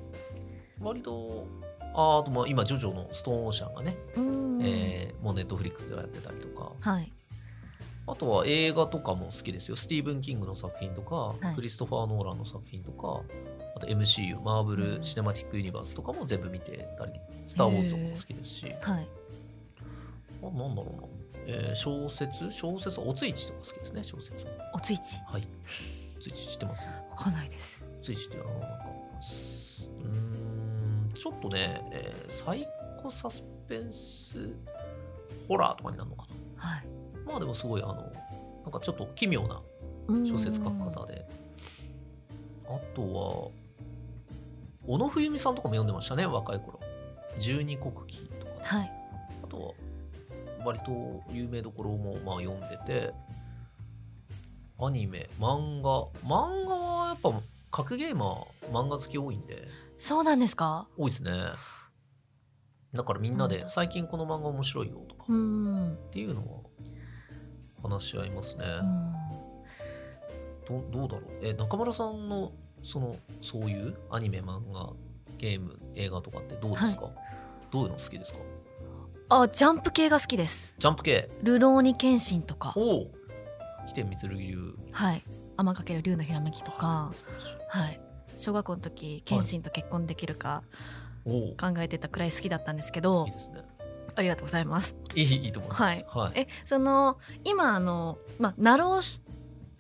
Speaker 1: 割と、ああとまあ今、ジョジョのストーンオーシャンがね、
Speaker 2: うーん
Speaker 1: えーもうネットフリックスではやってたりとか、
Speaker 2: はい。
Speaker 1: あとは映画とかも好きですよ。スティーブン・キングの作品とか、
Speaker 2: い
Speaker 1: クリストファー・ノーランの作品とか、あと MCU、マーブル・シネマティック・ユニバースとかも全部見てたり、スター・ウォーズとかも好きですし、
Speaker 2: はい。
Speaker 1: あなんだろうな、えー小説小説はおついちとか好きですね、小説は。
Speaker 2: おついち。
Speaker 1: はい。おついち知ってます
Speaker 2: わかんないです。
Speaker 1: おついちってあの、なんか、すうーん、ちょっとね、えーサイコサスペンスホラーとかになるのかな。
Speaker 2: はい。
Speaker 1: まあでもすごい、あの、なんかちょっと奇妙な
Speaker 2: うーん
Speaker 1: 小説書く方で。ああとは小野冬美さんとかも読んでましたね若い頃十二国旗とか
Speaker 2: はい。
Speaker 1: あとは割と有名どころもまあ読んでてアニメ漫画漫画はやっぱ格ゲーマー漫画好き多いんで
Speaker 2: そうなんですか。
Speaker 1: 多いですねだからみんなで最近この漫画面白いよとか
Speaker 2: うーん。う
Speaker 1: っていうのは話し合いますね、
Speaker 2: ーん
Speaker 1: どどうだろうえ中村さんのそのそういうアニメ漫画ゲーム映画とかってどうですか、どういうの好きですか
Speaker 2: あ、ジャンプ系が好きです。
Speaker 1: ジャンプ系
Speaker 2: ルローニケンシンとか、
Speaker 1: おお飛天満流
Speaker 2: はい。天かける竜のひらめきとか、
Speaker 1: 素晴らしい
Speaker 2: はい。小学校の時、ケンシンと結婚できるか
Speaker 1: おおい
Speaker 2: 考えてたくらい好きだったんですけど
Speaker 1: い、ですね
Speaker 2: ありがとうございます。
Speaker 1: いいいいと思います
Speaker 2: はい
Speaker 1: はい、
Speaker 2: え、その今あのまあナローし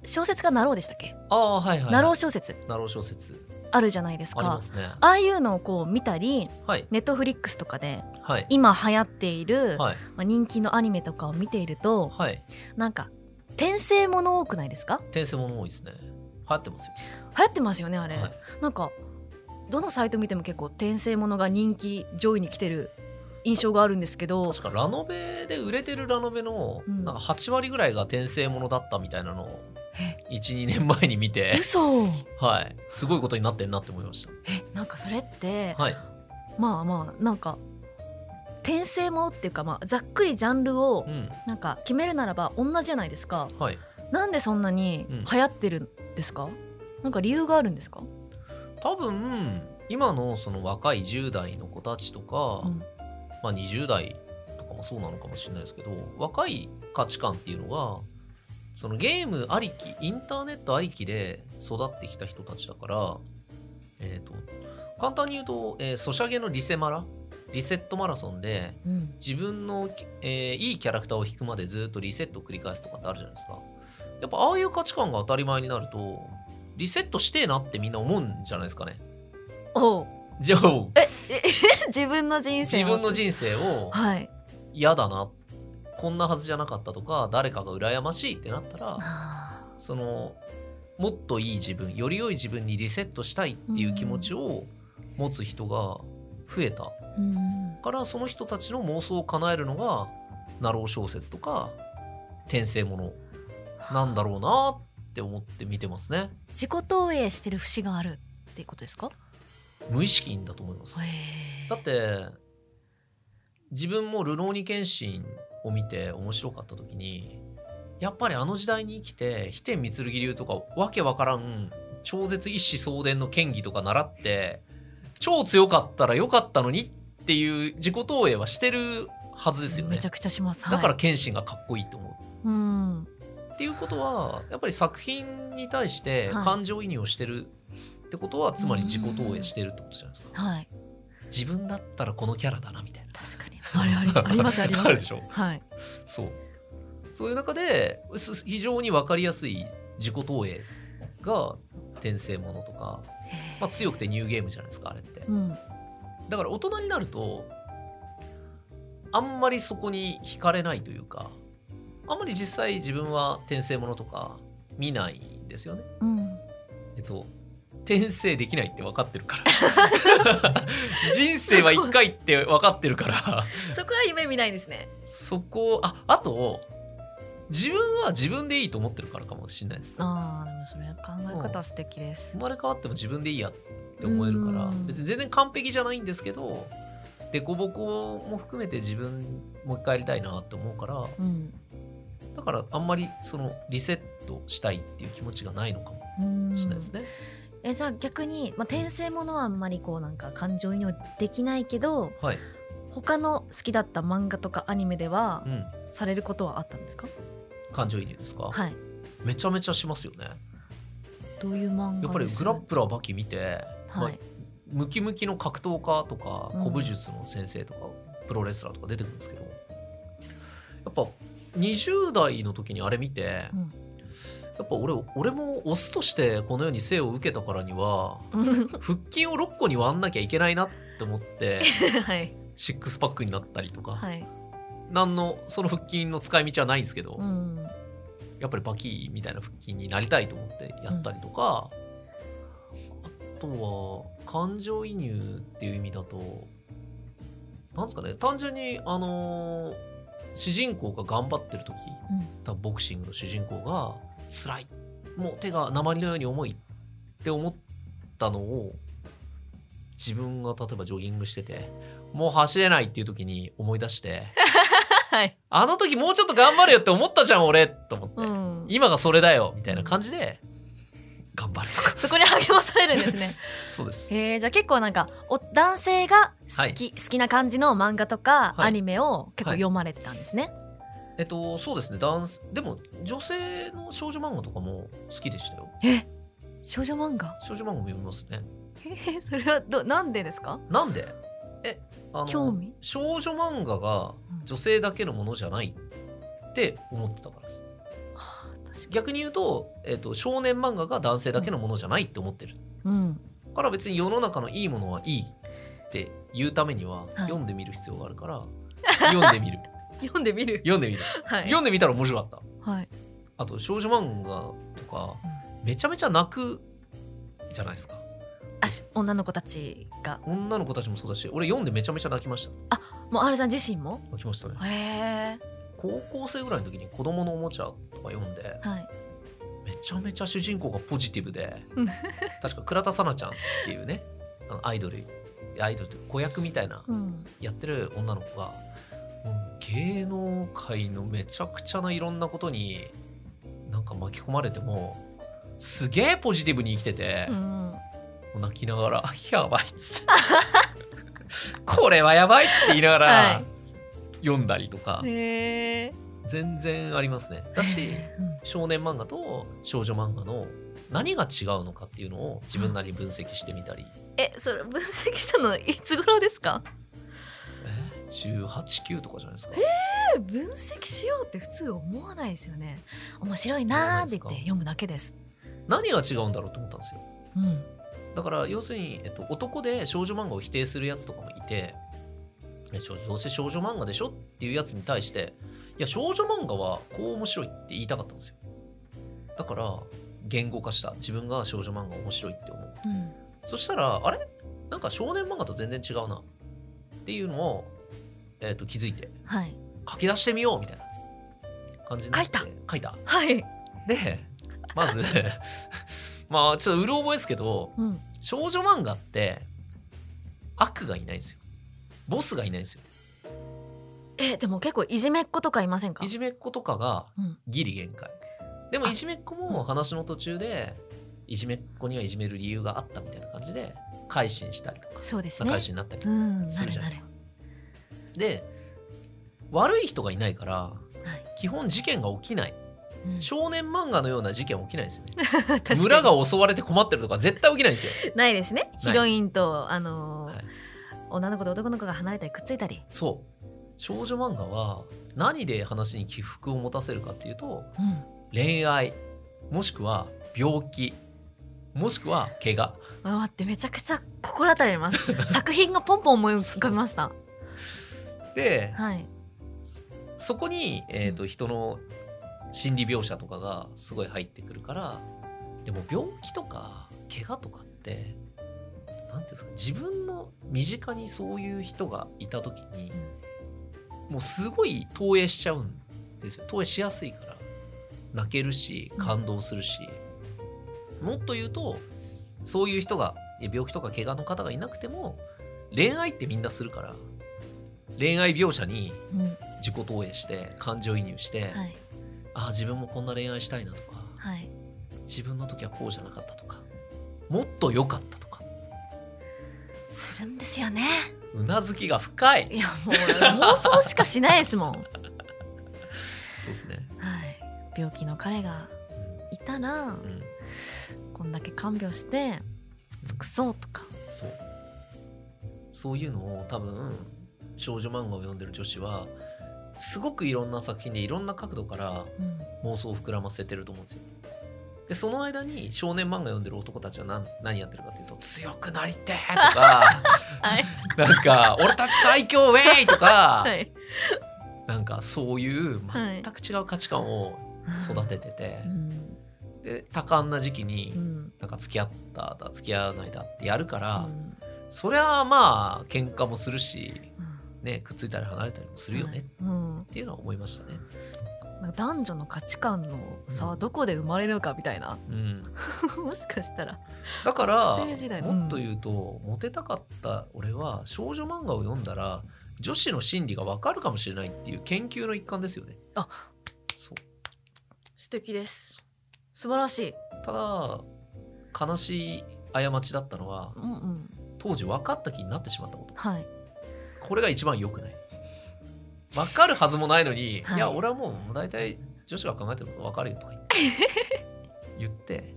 Speaker 2: 小説がナローでしたっけ？
Speaker 1: ああはいはい
Speaker 2: ナロ
Speaker 1: は
Speaker 2: ー
Speaker 1: い
Speaker 2: 小説
Speaker 1: ナロー小説
Speaker 2: あるじゃないです
Speaker 1: あり
Speaker 2: か
Speaker 1: ま。すね
Speaker 2: ああいうのをこう見たり、
Speaker 1: はい
Speaker 2: ネットフリックスとかで
Speaker 1: はい
Speaker 2: 今流行っている、
Speaker 1: はい
Speaker 2: まあ、人気のアニメとかを見ていると
Speaker 1: はい
Speaker 2: なんか転生もの多くないですか
Speaker 1: 転生もの多いですね流行ってますよ
Speaker 2: 流行ってますよねあれ、
Speaker 1: はい
Speaker 2: なんかどのサイト見ても結構転生ものが人気上位に来てる印象があるんですけど
Speaker 1: 確かラノベで売れてるラノベの
Speaker 2: うん
Speaker 1: なんか8割ぐらいが転生ものだったみたいなのを
Speaker 2: え
Speaker 1: 12年前に見 て
Speaker 2: 嘘
Speaker 1: はい、すごいことになってんなって思いまし
Speaker 2: えなんかそれって、
Speaker 1: た。はい、
Speaker 2: まあまあなんか転生ものっていうか、まあ、ざっくりジャンルを
Speaker 1: うん、
Speaker 2: なんか決めるならば同じじゃないですか
Speaker 1: はい、
Speaker 2: なんでそんなに
Speaker 1: うん
Speaker 2: 流行ってるんですか、なんか理由があるんですか、
Speaker 1: 多分今のその若い10代の子たちとか、
Speaker 2: うん
Speaker 1: まあ、20代とかもそうなのかもしれないですけど若い価値観っていうのはそのゲームありきインターネットありきで育ってきた人たちだから、えー、と簡単に言うと、えーソシャゲのリセマラリセットマラソンで
Speaker 2: うん
Speaker 1: 自分の、えーいいキャラクターを引くまでずっとリセットを繰り返すとかってあるじゃないですかやっぱああいう価値観が当たり前になるとリセットしてえなってみんな思うんじゃないですかね
Speaker 2: おう
Speaker 1: じゃあ
Speaker 2: ええ 自分の人生
Speaker 1: 自
Speaker 2: を
Speaker 1: 分の人生を
Speaker 2: はい
Speaker 1: 嫌だなこんなはずじゃなかったとか誰かが羨ましいってなったら
Speaker 2: あ
Speaker 1: そのもっといい自分より良い自分にリセットしたいっていう気持ちを持つ人が増えた
Speaker 2: ーうん
Speaker 1: からその人たちの妄想を叶えるのがナロー小説とか転生ものなんだろうなって思って見てますね
Speaker 2: 自己投影してる節があるっていうことですか
Speaker 1: 無意識にだと思います
Speaker 2: へー
Speaker 1: だって自分も「ルローニケンシン」を見て面白かった時にやっぱりあの時代に生きて飛天御剣流とかわけわからん超絶一子相伝の剣技とか習って超強かったらよかったのにっていう自己投影はしてるはずですよね
Speaker 2: めちゃくちゃします
Speaker 1: だから
Speaker 2: はい
Speaker 1: 剣心がかっこいいと思う
Speaker 2: うん
Speaker 1: っていうことはやっぱり作品に対して
Speaker 2: はい
Speaker 1: 感情移入をしてるってことは、つまり自己投影してるってことじゃないですか
Speaker 2: はい
Speaker 1: 自分だったらこのキャラだなみたいな
Speaker 2: 確かにあれありありますありま
Speaker 1: あ
Speaker 2: す
Speaker 1: るでしょ
Speaker 2: はい
Speaker 1: そうそういう中です非常に分かりやすい自己投影が転生ものとか、
Speaker 2: へー
Speaker 1: まあ、強くてニューゲームじゃないですかあれって
Speaker 2: うん
Speaker 1: だから大人になるとあんまりそこに惹かれないというかあんまり実際自分は転生ものとか見ないんですよね
Speaker 2: うん
Speaker 1: えっと転生できないって分かってるから人生は一回って分かってるから
Speaker 2: そこは夢見ないですね
Speaker 1: そこああと自分は自分でいいと思ってるからかもしれないです生
Speaker 2: あーでもそれは考え方素敵です
Speaker 1: まれ変わっても自分でいいやって思えるから
Speaker 2: うん
Speaker 1: 別に全然完璧じゃないんですけど凸凹も含めて自分もう一回やりたいなって思うから
Speaker 2: うん
Speaker 1: だからあんまりそのリセットしたいっていう気持ちがないのかも
Speaker 2: うん
Speaker 1: しれないですね、
Speaker 2: えじゃあ逆にまあ転生ものはあんまりこうなんか感情移入できないけど
Speaker 1: はい、
Speaker 2: 他の好きだった漫画とかアニメでは
Speaker 1: うん、
Speaker 2: されることはあったんですか
Speaker 1: 感情移入ですか、
Speaker 2: はい
Speaker 1: めちゃめちゃしますよね
Speaker 2: どういう漫画
Speaker 1: やっぱり
Speaker 2: です
Speaker 1: グラップラーバキ見て、ま
Speaker 2: は
Speaker 1: あ
Speaker 2: い、
Speaker 1: ムキムキの格闘家とか
Speaker 2: うん
Speaker 1: 古武術の先生とか、プロレスラーとか出てくるんですけどやっぱ20代の時にあれ見てや
Speaker 2: うん
Speaker 1: っぱ俺俺もオスとしてこの世に生を受けたからには腹筋を6個に割んなきゃいけないなって思って
Speaker 2: はい
Speaker 1: シックスパックになったりとか、
Speaker 2: はい
Speaker 1: なんのその腹筋の使い道はないんですけど、
Speaker 2: うん
Speaker 1: やっぱりバキみたいな腹筋になりたいと思ってやったりとか、とは感情移入っていう意味だとなんですかね単純にあのー主人公が頑張ってる時、
Speaker 2: うん
Speaker 1: 多分ボクシングの主人公が辛いもう手が鉛のように重いって思ったのを自分が例えばジョギングしててもう走れないっていう時に思い出して
Speaker 2: はい。
Speaker 1: あの時もうちょっと頑張れよって思ったじゃん俺と思って、
Speaker 2: うん。
Speaker 1: 今がそれだよみたいな感じで頑張るとか
Speaker 2: そこに励まされるんですね。
Speaker 1: そうです
Speaker 2: えー、じゃあ結構なんかお男性が好き、好きな感じの漫画とか
Speaker 1: はい
Speaker 2: アニメを結構
Speaker 1: はい
Speaker 2: 読まれてたんですね。
Speaker 1: えっとそうですねダンスでも女性の少女漫画とかも好きでしたよ
Speaker 2: え少女漫画？
Speaker 1: 少女漫画も読みますね
Speaker 2: えそれはどなんでですか？
Speaker 1: なんでえあ
Speaker 2: 興
Speaker 1: の
Speaker 2: 味？
Speaker 1: 少女漫画が女性だけのものじゃないって思ってたからです
Speaker 2: はあ確か
Speaker 1: 逆に言うと,、えっと少年漫画が男性だけのものじゃないって思ってる
Speaker 2: に。うん。
Speaker 1: だから別に世の中のいいものはいいって言うためには読んでみる必要があるから、読んでみ る
Speaker 2: 読んでみる。
Speaker 1: 読んでみる
Speaker 2: はい。
Speaker 1: 読んでみたら面白かった
Speaker 2: はい。
Speaker 1: あと少女漫画とかめちゃめちゃ泣くじゃないですか
Speaker 2: あし女の子たちが
Speaker 1: 女の子たちもそうだし俺読んでめちゃめちゃ泣きました
Speaker 2: もう R さん自身も？
Speaker 1: 泣きましたね
Speaker 2: へえ。
Speaker 1: 高校生ぐらいの時に子供のおもちゃとか読んで
Speaker 2: はい。
Speaker 1: めちゃめちゃ主人公がポジティブで
Speaker 2: うん
Speaker 1: 確か倉田紗菜ちゃんっていうねあのアイドルアイドルっていうか子役みたいな
Speaker 2: うん。
Speaker 1: やってる女の子がもう芸能界のめちゃくちゃないろんなことになんか巻き込まれてもすげえポジティブに生きてて、
Speaker 2: うん。
Speaker 1: もう泣きながら「やばい」っつって「これはやばい」って言いながら、
Speaker 2: はい
Speaker 1: 読んだりとか
Speaker 2: へえ。
Speaker 1: 全然ありますね。だ し
Speaker 2: うん
Speaker 1: 少年漫画と少女漫画の何が違うのかっていうのを自分なりに分析してみた り、
Speaker 2: えそれ分析したのいつ頃ですか？
Speaker 1: えー、189とかじゃないですか。
Speaker 2: 分析しようって普通思わないですよね面白いなーって言って読むだけです
Speaker 1: 何が違うんだろうと思ったんですよ。
Speaker 2: うん
Speaker 1: だから要するに、えっと、男で少女漫画を否定するやつとかもいてえ少どうせ少女漫画でしょっていうやつに対していや少女漫画はこう面白いって言いたかったんですよだから言語化した自分が少女漫画面白いって思う
Speaker 2: うん
Speaker 1: そしたらあれなんか少年漫画と全然違うなっていうのを、えっと気づいて
Speaker 2: はい
Speaker 1: 書き出してみようみたいな感じになって
Speaker 2: 書い
Speaker 1: 書いた
Speaker 2: はい
Speaker 1: でまず まあちょっとうる覚えですけど
Speaker 2: うん
Speaker 1: 少女漫画って悪がいないんですよボスがいないんですよ
Speaker 2: えでも結構いじめっ子とかいませんか
Speaker 1: いじめっ子とかが
Speaker 2: うん
Speaker 1: ギリ限界、でも
Speaker 2: あ
Speaker 1: いじめっ子も話の途中でいじめっ子にはいじめる理由があったみたいな感じで改心したりとか
Speaker 2: そうです
Speaker 1: 仲
Speaker 2: ね
Speaker 1: 良しになったりと
Speaker 2: う
Speaker 1: か、
Speaker 2: ん
Speaker 1: す
Speaker 2: な
Speaker 1: るじ
Speaker 2: る
Speaker 1: ゃな
Speaker 2: ないる
Speaker 1: ですで悪い人がいないから
Speaker 2: はい
Speaker 1: 基本事件が起きない
Speaker 2: うん
Speaker 1: 少年漫画のような事件は起きないですよね
Speaker 2: 確かに
Speaker 1: 村が襲われて困ってるとか絶対起きないんですよ
Speaker 2: ないですね
Speaker 1: です
Speaker 2: ヒロインとあのー
Speaker 1: はい
Speaker 2: 女の子と男の子が離れたりくっついたり
Speaker 1: そう少女漫画は何で話に起伏を持たせるかっていうと
Speaker 2: うん
Speaker 1: 恋愛もしくは病気もしくは怪我
Speaker 2: あ待ってめちゃくちゃ心当たりあります 作品がポンポン思い浮かびました
Speaker 1: で
Speaker 2: はい
Speaker 1: そこに、えー、と人の心理描写とかがすごい入ってくるからでも病気とか怪我とかって何ていうんですか自分の身近にそういう人がいた時にもうすごい投影しちゃうんですよ投影しやすいから泣けるし感動するし、もっと言うとそういう人がいや病気とか怪我の方がいなくても恋愛ってみんなするから恋愛描写に
Speaker 2: うん
Speaker 1: 自己投影して感情移入して、
Speaker 2: はい
Speaker 1: ああ自分もこんな恋愛したいなとか
Speaker 2: はい
Speaker 1: 自分の時はこうじゃなかったとかもっと良かったとか
Speaker 2: するんですよね
Speaker 1: うなずきが深い
Speaker 2: いやもう妄想しかしないですもん。はい、
Speaker 1: そうですね、
Speaker 2: 病気の彼がいたら
Speaker 1: うんうん、
Speaker 2: こんだけ看病して尽くそうとか。
Speaker 1: そうそういうのを多分少女漫画を読んでる女子はすごくいろんな作品でいろんな角度から
Speaker 2: うん
Speaker 1: 妄想を膨らませてると思うんですよでその間に少年漫画読んでる男たちは何何やってるかっていうと「強くなりてー」とか
Speaker 2: はい
Speaker 1: なんか「俺たち最強ウェイ!」とか、
Speaker 2: はい
Speaker 1: なんかそういう
Speaker 2: は
Speaker 1: 全
Speaker 2: い
Speaker 1: く違う価値観を育ててて、
Speaker 2: うん
Speaker 1: で多感な時期に
Speaker 2: うん
Speaker 1: なんか付き合っただ付き合わないだってやるか
Speaker 2: う
Speaker 1: ら、
Speaker 2: ん
Speaker 1: そりゃあまあ喧嘩もするし、
Speaker 2: うん
Speaker 1: ね、くっついたり離れたりもするよねっ
Speaker 2: うん
Speaker 1: ていうのは思いましたね。
Speaker 2: なんか男女の価値観の差は
Speaker 1: うん
Speaker 2: どこで生まれるのかみたいな
Speaker 1: うん、
Speaker 2: もしかしたら
Speaker 1: だから
Speaker 2: 学生時代の
Speaker 1: もっと言うと、モテたかった俺は少女漫画を読んだら女子の心理がわかるかもしれないっていう研究の一環ですよね。
Speaker 2: あ
Speaker 1: そう
Speaker 2: 素敵です素晴らしい
Speaker 1: ただ悲しい過ちだったのは
Speaker 2: うんうん
Speaker 1: 当時分かった気になってしまったこと
Speaker 2: はい
Speaker 1: これが一番良くない分かるはずもないのに、
Speaker 2: はい
Speaker 1: い、や俺はもう大体女子が考えてること分かるよとか言って 言って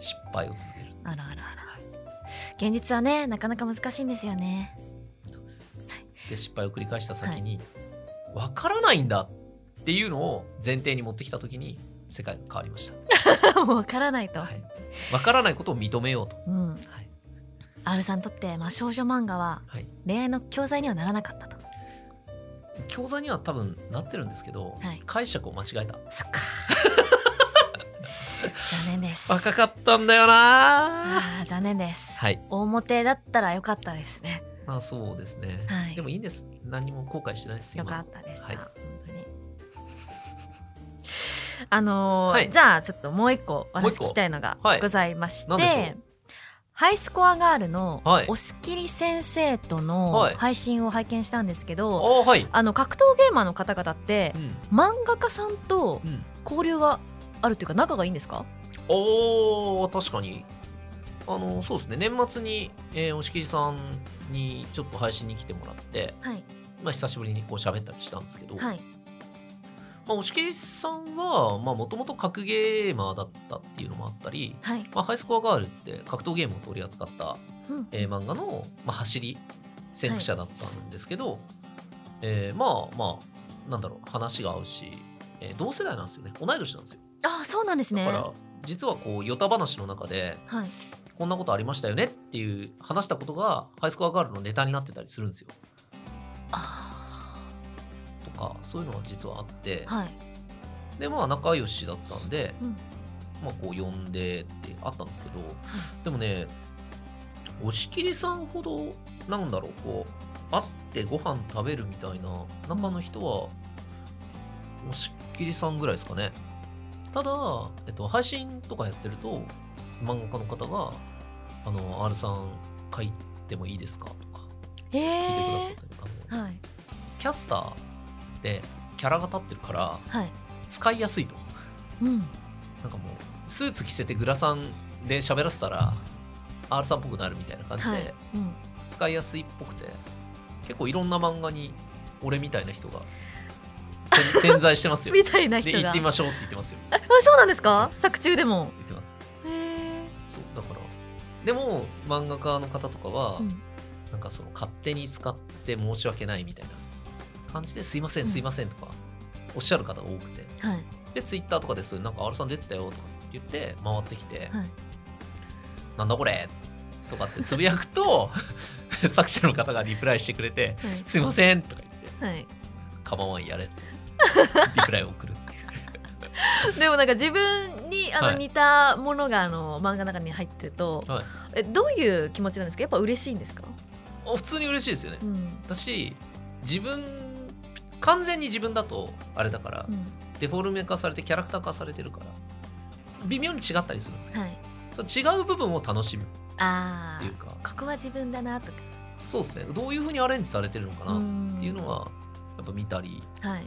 Speaker 1: 失敗を続ける
Speaker 2: あらあらあら現実はねなかなか難しいんですよね
Speaker 1: で失敗を繰り返した先に、分からないんだっていうのを前提に持ってきた時に世界が変わりまし
Speaker 2: もうわからないと、
Speaker 1: た、はい、分からないことを認めようと、
Speaker 2: うん
Speaker 1: はい
Speaker 2: R さんにとって、まあ、少女漫画は
Speaker 1: はい
Speaker 2: 恋愛の教材にはならなかったと
Speaker 1: 教材には多分なってるんですけど、
Speaker 2: はい
Speaker 1: 解釈を間違えた
Speaker 2: そっか 残念です
Speaker 1: 若かったんだよな
Speaker 2: あー残念です
Speaker 1: はい
Speaker 2: 大モテだったら良かったですね
Speaker 1: まあそうですね、
Speaker 2: はい
Speaker 1: でもいいんです何も後悔してないです
Speaker 2: よ
Speaker 1: 今
Speaker 2: かったです、
Speaker 1: はい
Speaker 2: 本当に あのー
Speaker 1: はい
Speaker 2: じゃあちょっともう一個お
Speaker 1: もう
Speaker 2: 話
Speaker 1: 一個
Speaker 2: 聞きたいのが
Speaker 1: はい
Speaker 2: ございまして、
Speaker 1: 何でしょ
Speaker 2: ハイスコアガールの
Speaker 1: はい
Speaker 2: 押切先生との
Speaker 1: はい
Speaker 2: 配信を拝見したんですけ
Speaker 1: ああ
Speaker 2: ど、
Speaker 1: はい、
Speaker 2: あの格闘ゲーマーの方々って
Speaker 1: うん
Speaker 2: 漫画家さんと
Speaker 1: うん、
Speaker 2: 交流があるというか仲がいいんですか
Speaker 1: おー確かにあのそうですね年末に、えー、押切さんにちょっと配信に来てもらって、
Speaker 2: はい
Speaker 1: まあ、久しぶりにこう喋ったりしたんですけど、
Speaker 2: はい
Speaker 1: まあ、押切さんはもともと格ゲーマーだったっていうのもあったり、
Speaker 2: はい、
Speaker 1: まあ、ハイスコアガールって格闘ゲームを取り扱った、
Speaker 2: うん
Speaker 1: えー漫画の、まあ、走り先駆者だったんですけど、えーまあまあなんだろう話が合うし、えー同世代なんですよね同い年なんですよ
Speaker 2: ああそうなんです
Speaker 1: だ
Speaker 2: ね
Speaker 1: か
Speaker 2: は
Speaker 1: ら実はこうヨタ話の中で
Speaker 2: い
Speaker 1: こんなことありましたよねっていう話したことがハイスコアガールのネタになってたりするんですよ
Speaker 2: あ
Speaker 1: とかそういうのが実はあって
Speaker 2: ーはい
Speaker 1: でまあ仲良しだったんで、
Speaker 2: うん
Speaker 1: まあこう呼んでってあったんですけど、でもね押切さんほどなんだろうこう会ってご飯食べるみたいな中の人は押切さんぐらいですかねただ、えっと、配信とかやってると漫画家の方が「あの R さん書いてもいいですか?」とか
Speaker 2: へ
Speaker 1: 聞いてくださっ
Speaker 2: え
Speaker 1: たりとか、あの
Speaker 2: はい
Speaker 1: キャスターでキャラが立ってるから
Speaker 2: はい
Speaker 1: 使いやすいと
Speaker 2: うん
Speaker 1: なんかもうスーツ着せてグラサンで喋らせたら R さんっぽくなるみたいな感じで、
Speaker 2: はいうん
Speaker 1: 使いやすいっぽくて結構いろんな漫画に俺みたいな人が点 点在してますよ
Speaker 2: みたいな
Speaker 1: で
Speaker 2: 人
Speaker 1: 行
Speaker 2: が
Speaker 1: ってみましょうって言ってますよ
Speaker 2: あそうなんですか作中でも
Speaker 1: 言ってます
Speaker 2: へえ、
Speaker 1: そうだからでも漫画家の方とかは、
Speaker 2: うん
Speaker 1: なんかその勝手に使って申し訳ないみたいな感じで「すいません
Speaker 2: うん
Speaker 1: すいません」とかおっしゃる方が多くて
Speaker 2: はい
Speaker 1: でツイッターとかですなんか R さん出てたよとかって言って回ってきて、
Speaker 2: はい
Speaker 1: なんだこれとかってつぶやくと 作者の方がリプライしてくれて「すいません」とか言って
Speaker 2: はい、はい、
Speaker 1: 「構わんやれ」ってリプライを送るっていう
Speaker 2: でもなんか自分にあの
Speaker 1: はい
Speaker 2: 似たものがあの漫画の中に入ってると、
Speaker 1: はい
Speaker 2: えどういう気持ちなんですかやっぱ嬉しいんですか、
Speaker 1: あ普通に嬉しいですよね
Speaker 2: うん
Speaker 1: だし自分完全に自分だとあれだから、
Speaker 2: うん
Speaker 1: デフォルメ化されてキャラクター化されてるから微妙に違ったりするんですけ
Speaker 2: はい、
Speaker 1: どそう違う部分を楽しむっ
Speaker 2: あ
Speaker 1: ていうか
Speaker 2: あここは自分だなとか
Speaker 1: そうですねどういうふうにアレンジされてるのかなっていうの
Speaker 2: は、
Speaker 1: はやっぱ見たり
Speaker 2: はい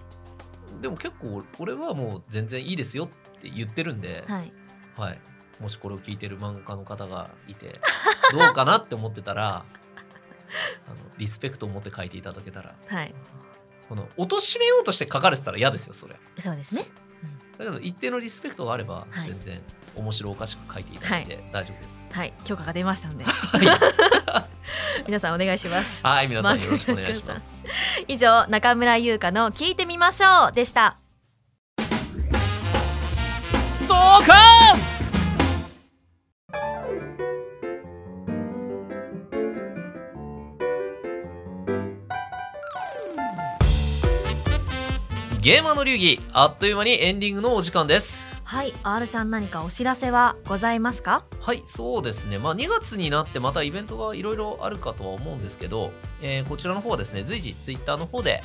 Speaker 1: でも結構俺はもう全然いいですよって言ってるんで、
Speaker 2: はい、
Speaker 1: はい、もしこれを聞いてる漫画家の方がいて どうかなって思ってたらあのリスペクトを持って書いていただけたら
Speaker 2: はい、
Speaker 1: この貶としめようとして書かれてたら嫌ですよそれ
Speaker 2: そうですね
Speaker 1: だけど一定のリスペクトがあれば
Speaker 2: はい
Speaker 1: 全然面白おかしく書いていただいて大丈夫です
Speaker 2: はい許可が出ましたので
Speaker 1: はい、
Speaker 2: 皆さんお願いします
Speaker 1: はい、皆さんよろしくお願いし
Speaker 2: ま
Speaker 1: ま
Speaker 2: あ
Speaker 1: す
Speaker 2: 以上中村優香の聞いてみましょうでした
Speaker 1: ドカーズゲーマーの流儀あっという間にエンディングのお時間です
Speaker 2: はい、R さん何かお知らせはございますか
Speaker 1: はい、そうですね。まあ、2月になってまたイベントがいろいろあるかとは思うんですけど、えーこちらの方はですね、随時ツイッターの方で、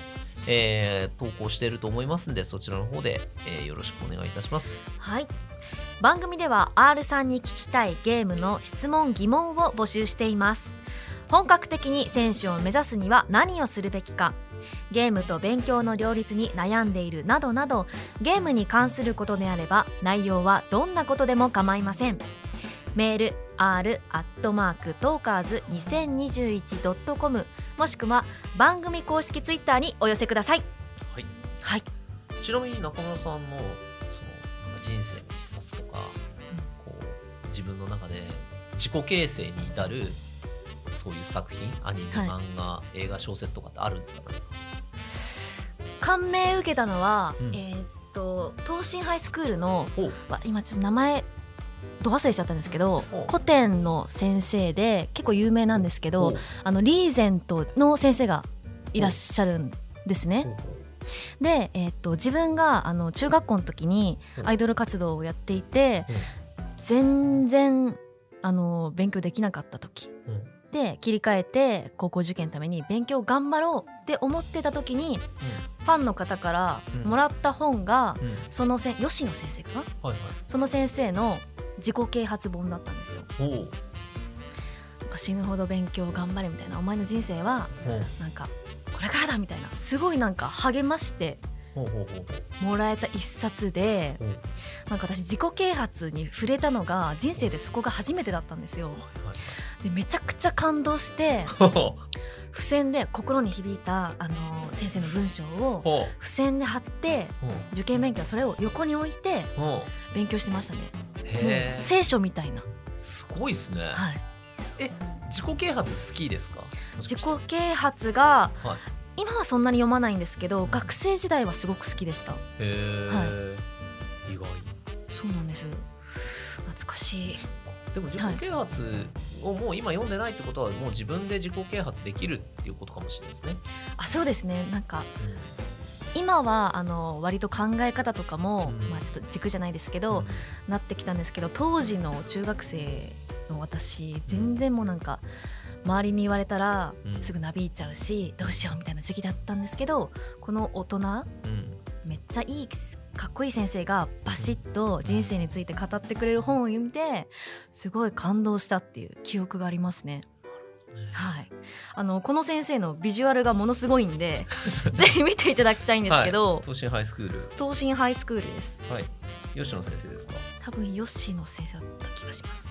Speaker 1: えー投稿していると思いますんで、そちらの方で、えーよろしくお願いいたします。
Speaker 2: はい番組では R さんに聞きたいゲームの質問疑問を募集しています本格的に選手を目指すには何をするべきかゲームと勉強の両立に悩んでいるなどなどゲームに関することであれば内容はどんなことでも構いませんメール r アットマークトーカーズ2021ドットコムもしくは番組公式ツイッターにお寄せください
Speaker 1: はい、
Speaker 2: はい
Speaker 1: ちなみに中村さんのそのなんか人生の一冊とか、こう自分の中で自己形成に至るそういう作品アニメ、
Speaker 2: はい
Speaker 1: 漫画映画小説とかってあるんですかね
Speaker 2: 感銘受けたのは、
Speaker 1: うん
Speaker 2: えーっと東進ハイスクールの
Speaker 1: ほう
Speaker 2: わ今ちょっと名前ど忘れしちゃったんですけど
Speaker 1: ほう
Speaker 2: 古典の先生で結構有名なんですけ
Speaker 1: ほう
Speaker 2: どあのリーゼントの先生がいらっしゃるんですね。で、えーっと自分があの中学校の時に
Speaker 1: ほう
Speaker 2: アイドル活動をやっていて全然あの勉強できなかった時
Speaker 1: うん
Speaker 2: で切り替えて高校受験のために勉強頑張ろうって思ってた時にファンの方からもらった本が、
Speaker 1: うんうん
Speaker 2: そのせん吉野先生かな
Speaker 1: はいはい
Speaker 2: その先生の自己啓発本だったんですよ。
Speaker 1: ほう
Speaker 2: なんか死ぬほど勉強頑張れみたいなお前の人生は
Speaker 1: ほう
Speaker 2: なんかこれからだみたいなすごいなんか励まして
Speaker 1: ほうほうほうほう
Speaker 2: もらえた一冊で
Speaker 1: ほう
Speaker 2: なんか私自己啓発に触れたのが人生でそこが初めてだったんですよ。でめちゃくちゃ感動して
Speaker 1: はいはい
Speaker 2: 付箋で心に響いたあの先生の文章を
Speaker 1: ほ
Speaker 2: 付箋で貼って
Speaker 1: うほう
Speaker 2: 受験勉強はそれを横に置いて
Speaker 1: ほ
Speaker 2: 勉強してましたね。
Speaker 1: う
Speaker 2: もう
Speaker 1: へえ
Speaker 2: 聖書みたいな、
Speaker 1: すごいですね
Speaker 2: はい、
Speaker 1: 自己啓発好きですかもし
Speaker 2: 自
Speaker 1: か
Speaker 2: 己
Speaker 1: して
Speaker 2: 啓発が、
Speaker 1: はい
Speaker 2: 今はそんなに読まないんですけど学生時代はすごく好きでした
Speaker 1: へえ意外
Speaker 2: そうなんです懐かしい
Speaker 1: でも自己啓発をもう今読んでないってことはもう自分で自己啓発できるっていうことかもしれないですね。
Speaker 2: あそうですねなんか今はあの割と考え方とかも、
Speaker 1: うん
Speaker 2: まあ、ちょっと軸じゃないですけど、なってきたんですけど当時の中学生の私全然もうなんか周りに言われたら
Speaker 1: うん
Speaker 2: すぐなびいちゃうし、どうしようみたいな時期だったんですけどこの大人
Speaker 1: うんうん
Speaker 2: めっちゃいいかっこいい先生がバシッと人生について語ってくれる本を読んですごい感動したっていう記憶がありますね。はい、あのこの先生のビジュアルがものすごいん でぜひ見ていただきたいんですけど、
Speaker 1: 東進ハイスクール
Speaker 2: 東進ハイスクールです
Speaker 1: はい吉野先生ですか
Speaker 2: 多分吉野先生だった気が します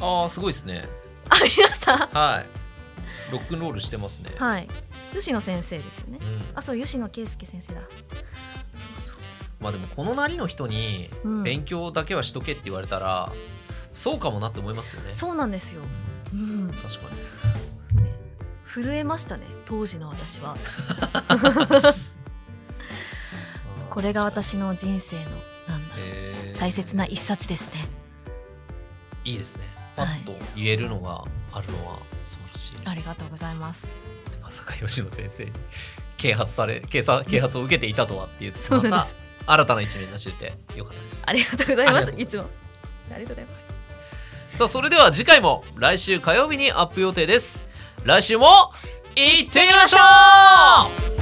Speaker 1: ああすごいですね
Speaker 2: あ見ました
Speaker 1: はいロックンロールしてますね、
Speaker 2: はい吉野先生ですよね
Speaker 1: うん、
Speaker 2: あそう吉野圭介先生だそうそう
Speaker 1: まあでもこのなりの人に
Speaker 2: うん
Speaker 1: 勉強だけはしとけって言われたら、そうかもなって思いますよね
Speaker 2: そうなんですよ
Speaker 1: う、ん
Speaker 2: うん、ね
Speaker 1: 確かに
Speaker 2: 震えましたね当時の私は
Speaker 1: あー
Speaker 2: これが私の人生のなんだろう
Speaker 1: へー
Speaker 2: 大切な一冊ですね
Speaker 1: いいですねパ
Speaker 2: はい
Speaker 1: ッと言えるのがあるのは素晴らしい、
Speaker 2: ありがとうございます
Speaker 1: まさか吉野先生に啓発され啓発啓発を受けていたとはっていう
Speaker 2: そう
Speaker 1: ま
Speaker 2: なんで
Speaker 1: た
Speaker 2: す
Speaker 1: 新たな一面が知れてよかったです
Speaker 2: あ
Speaker 1: り
Speaker 2: りがとうございますいつもありがとうございます
Speaker 1: さあそれでは次回も来週火曜日にアップ予定です来週も行ってみましょう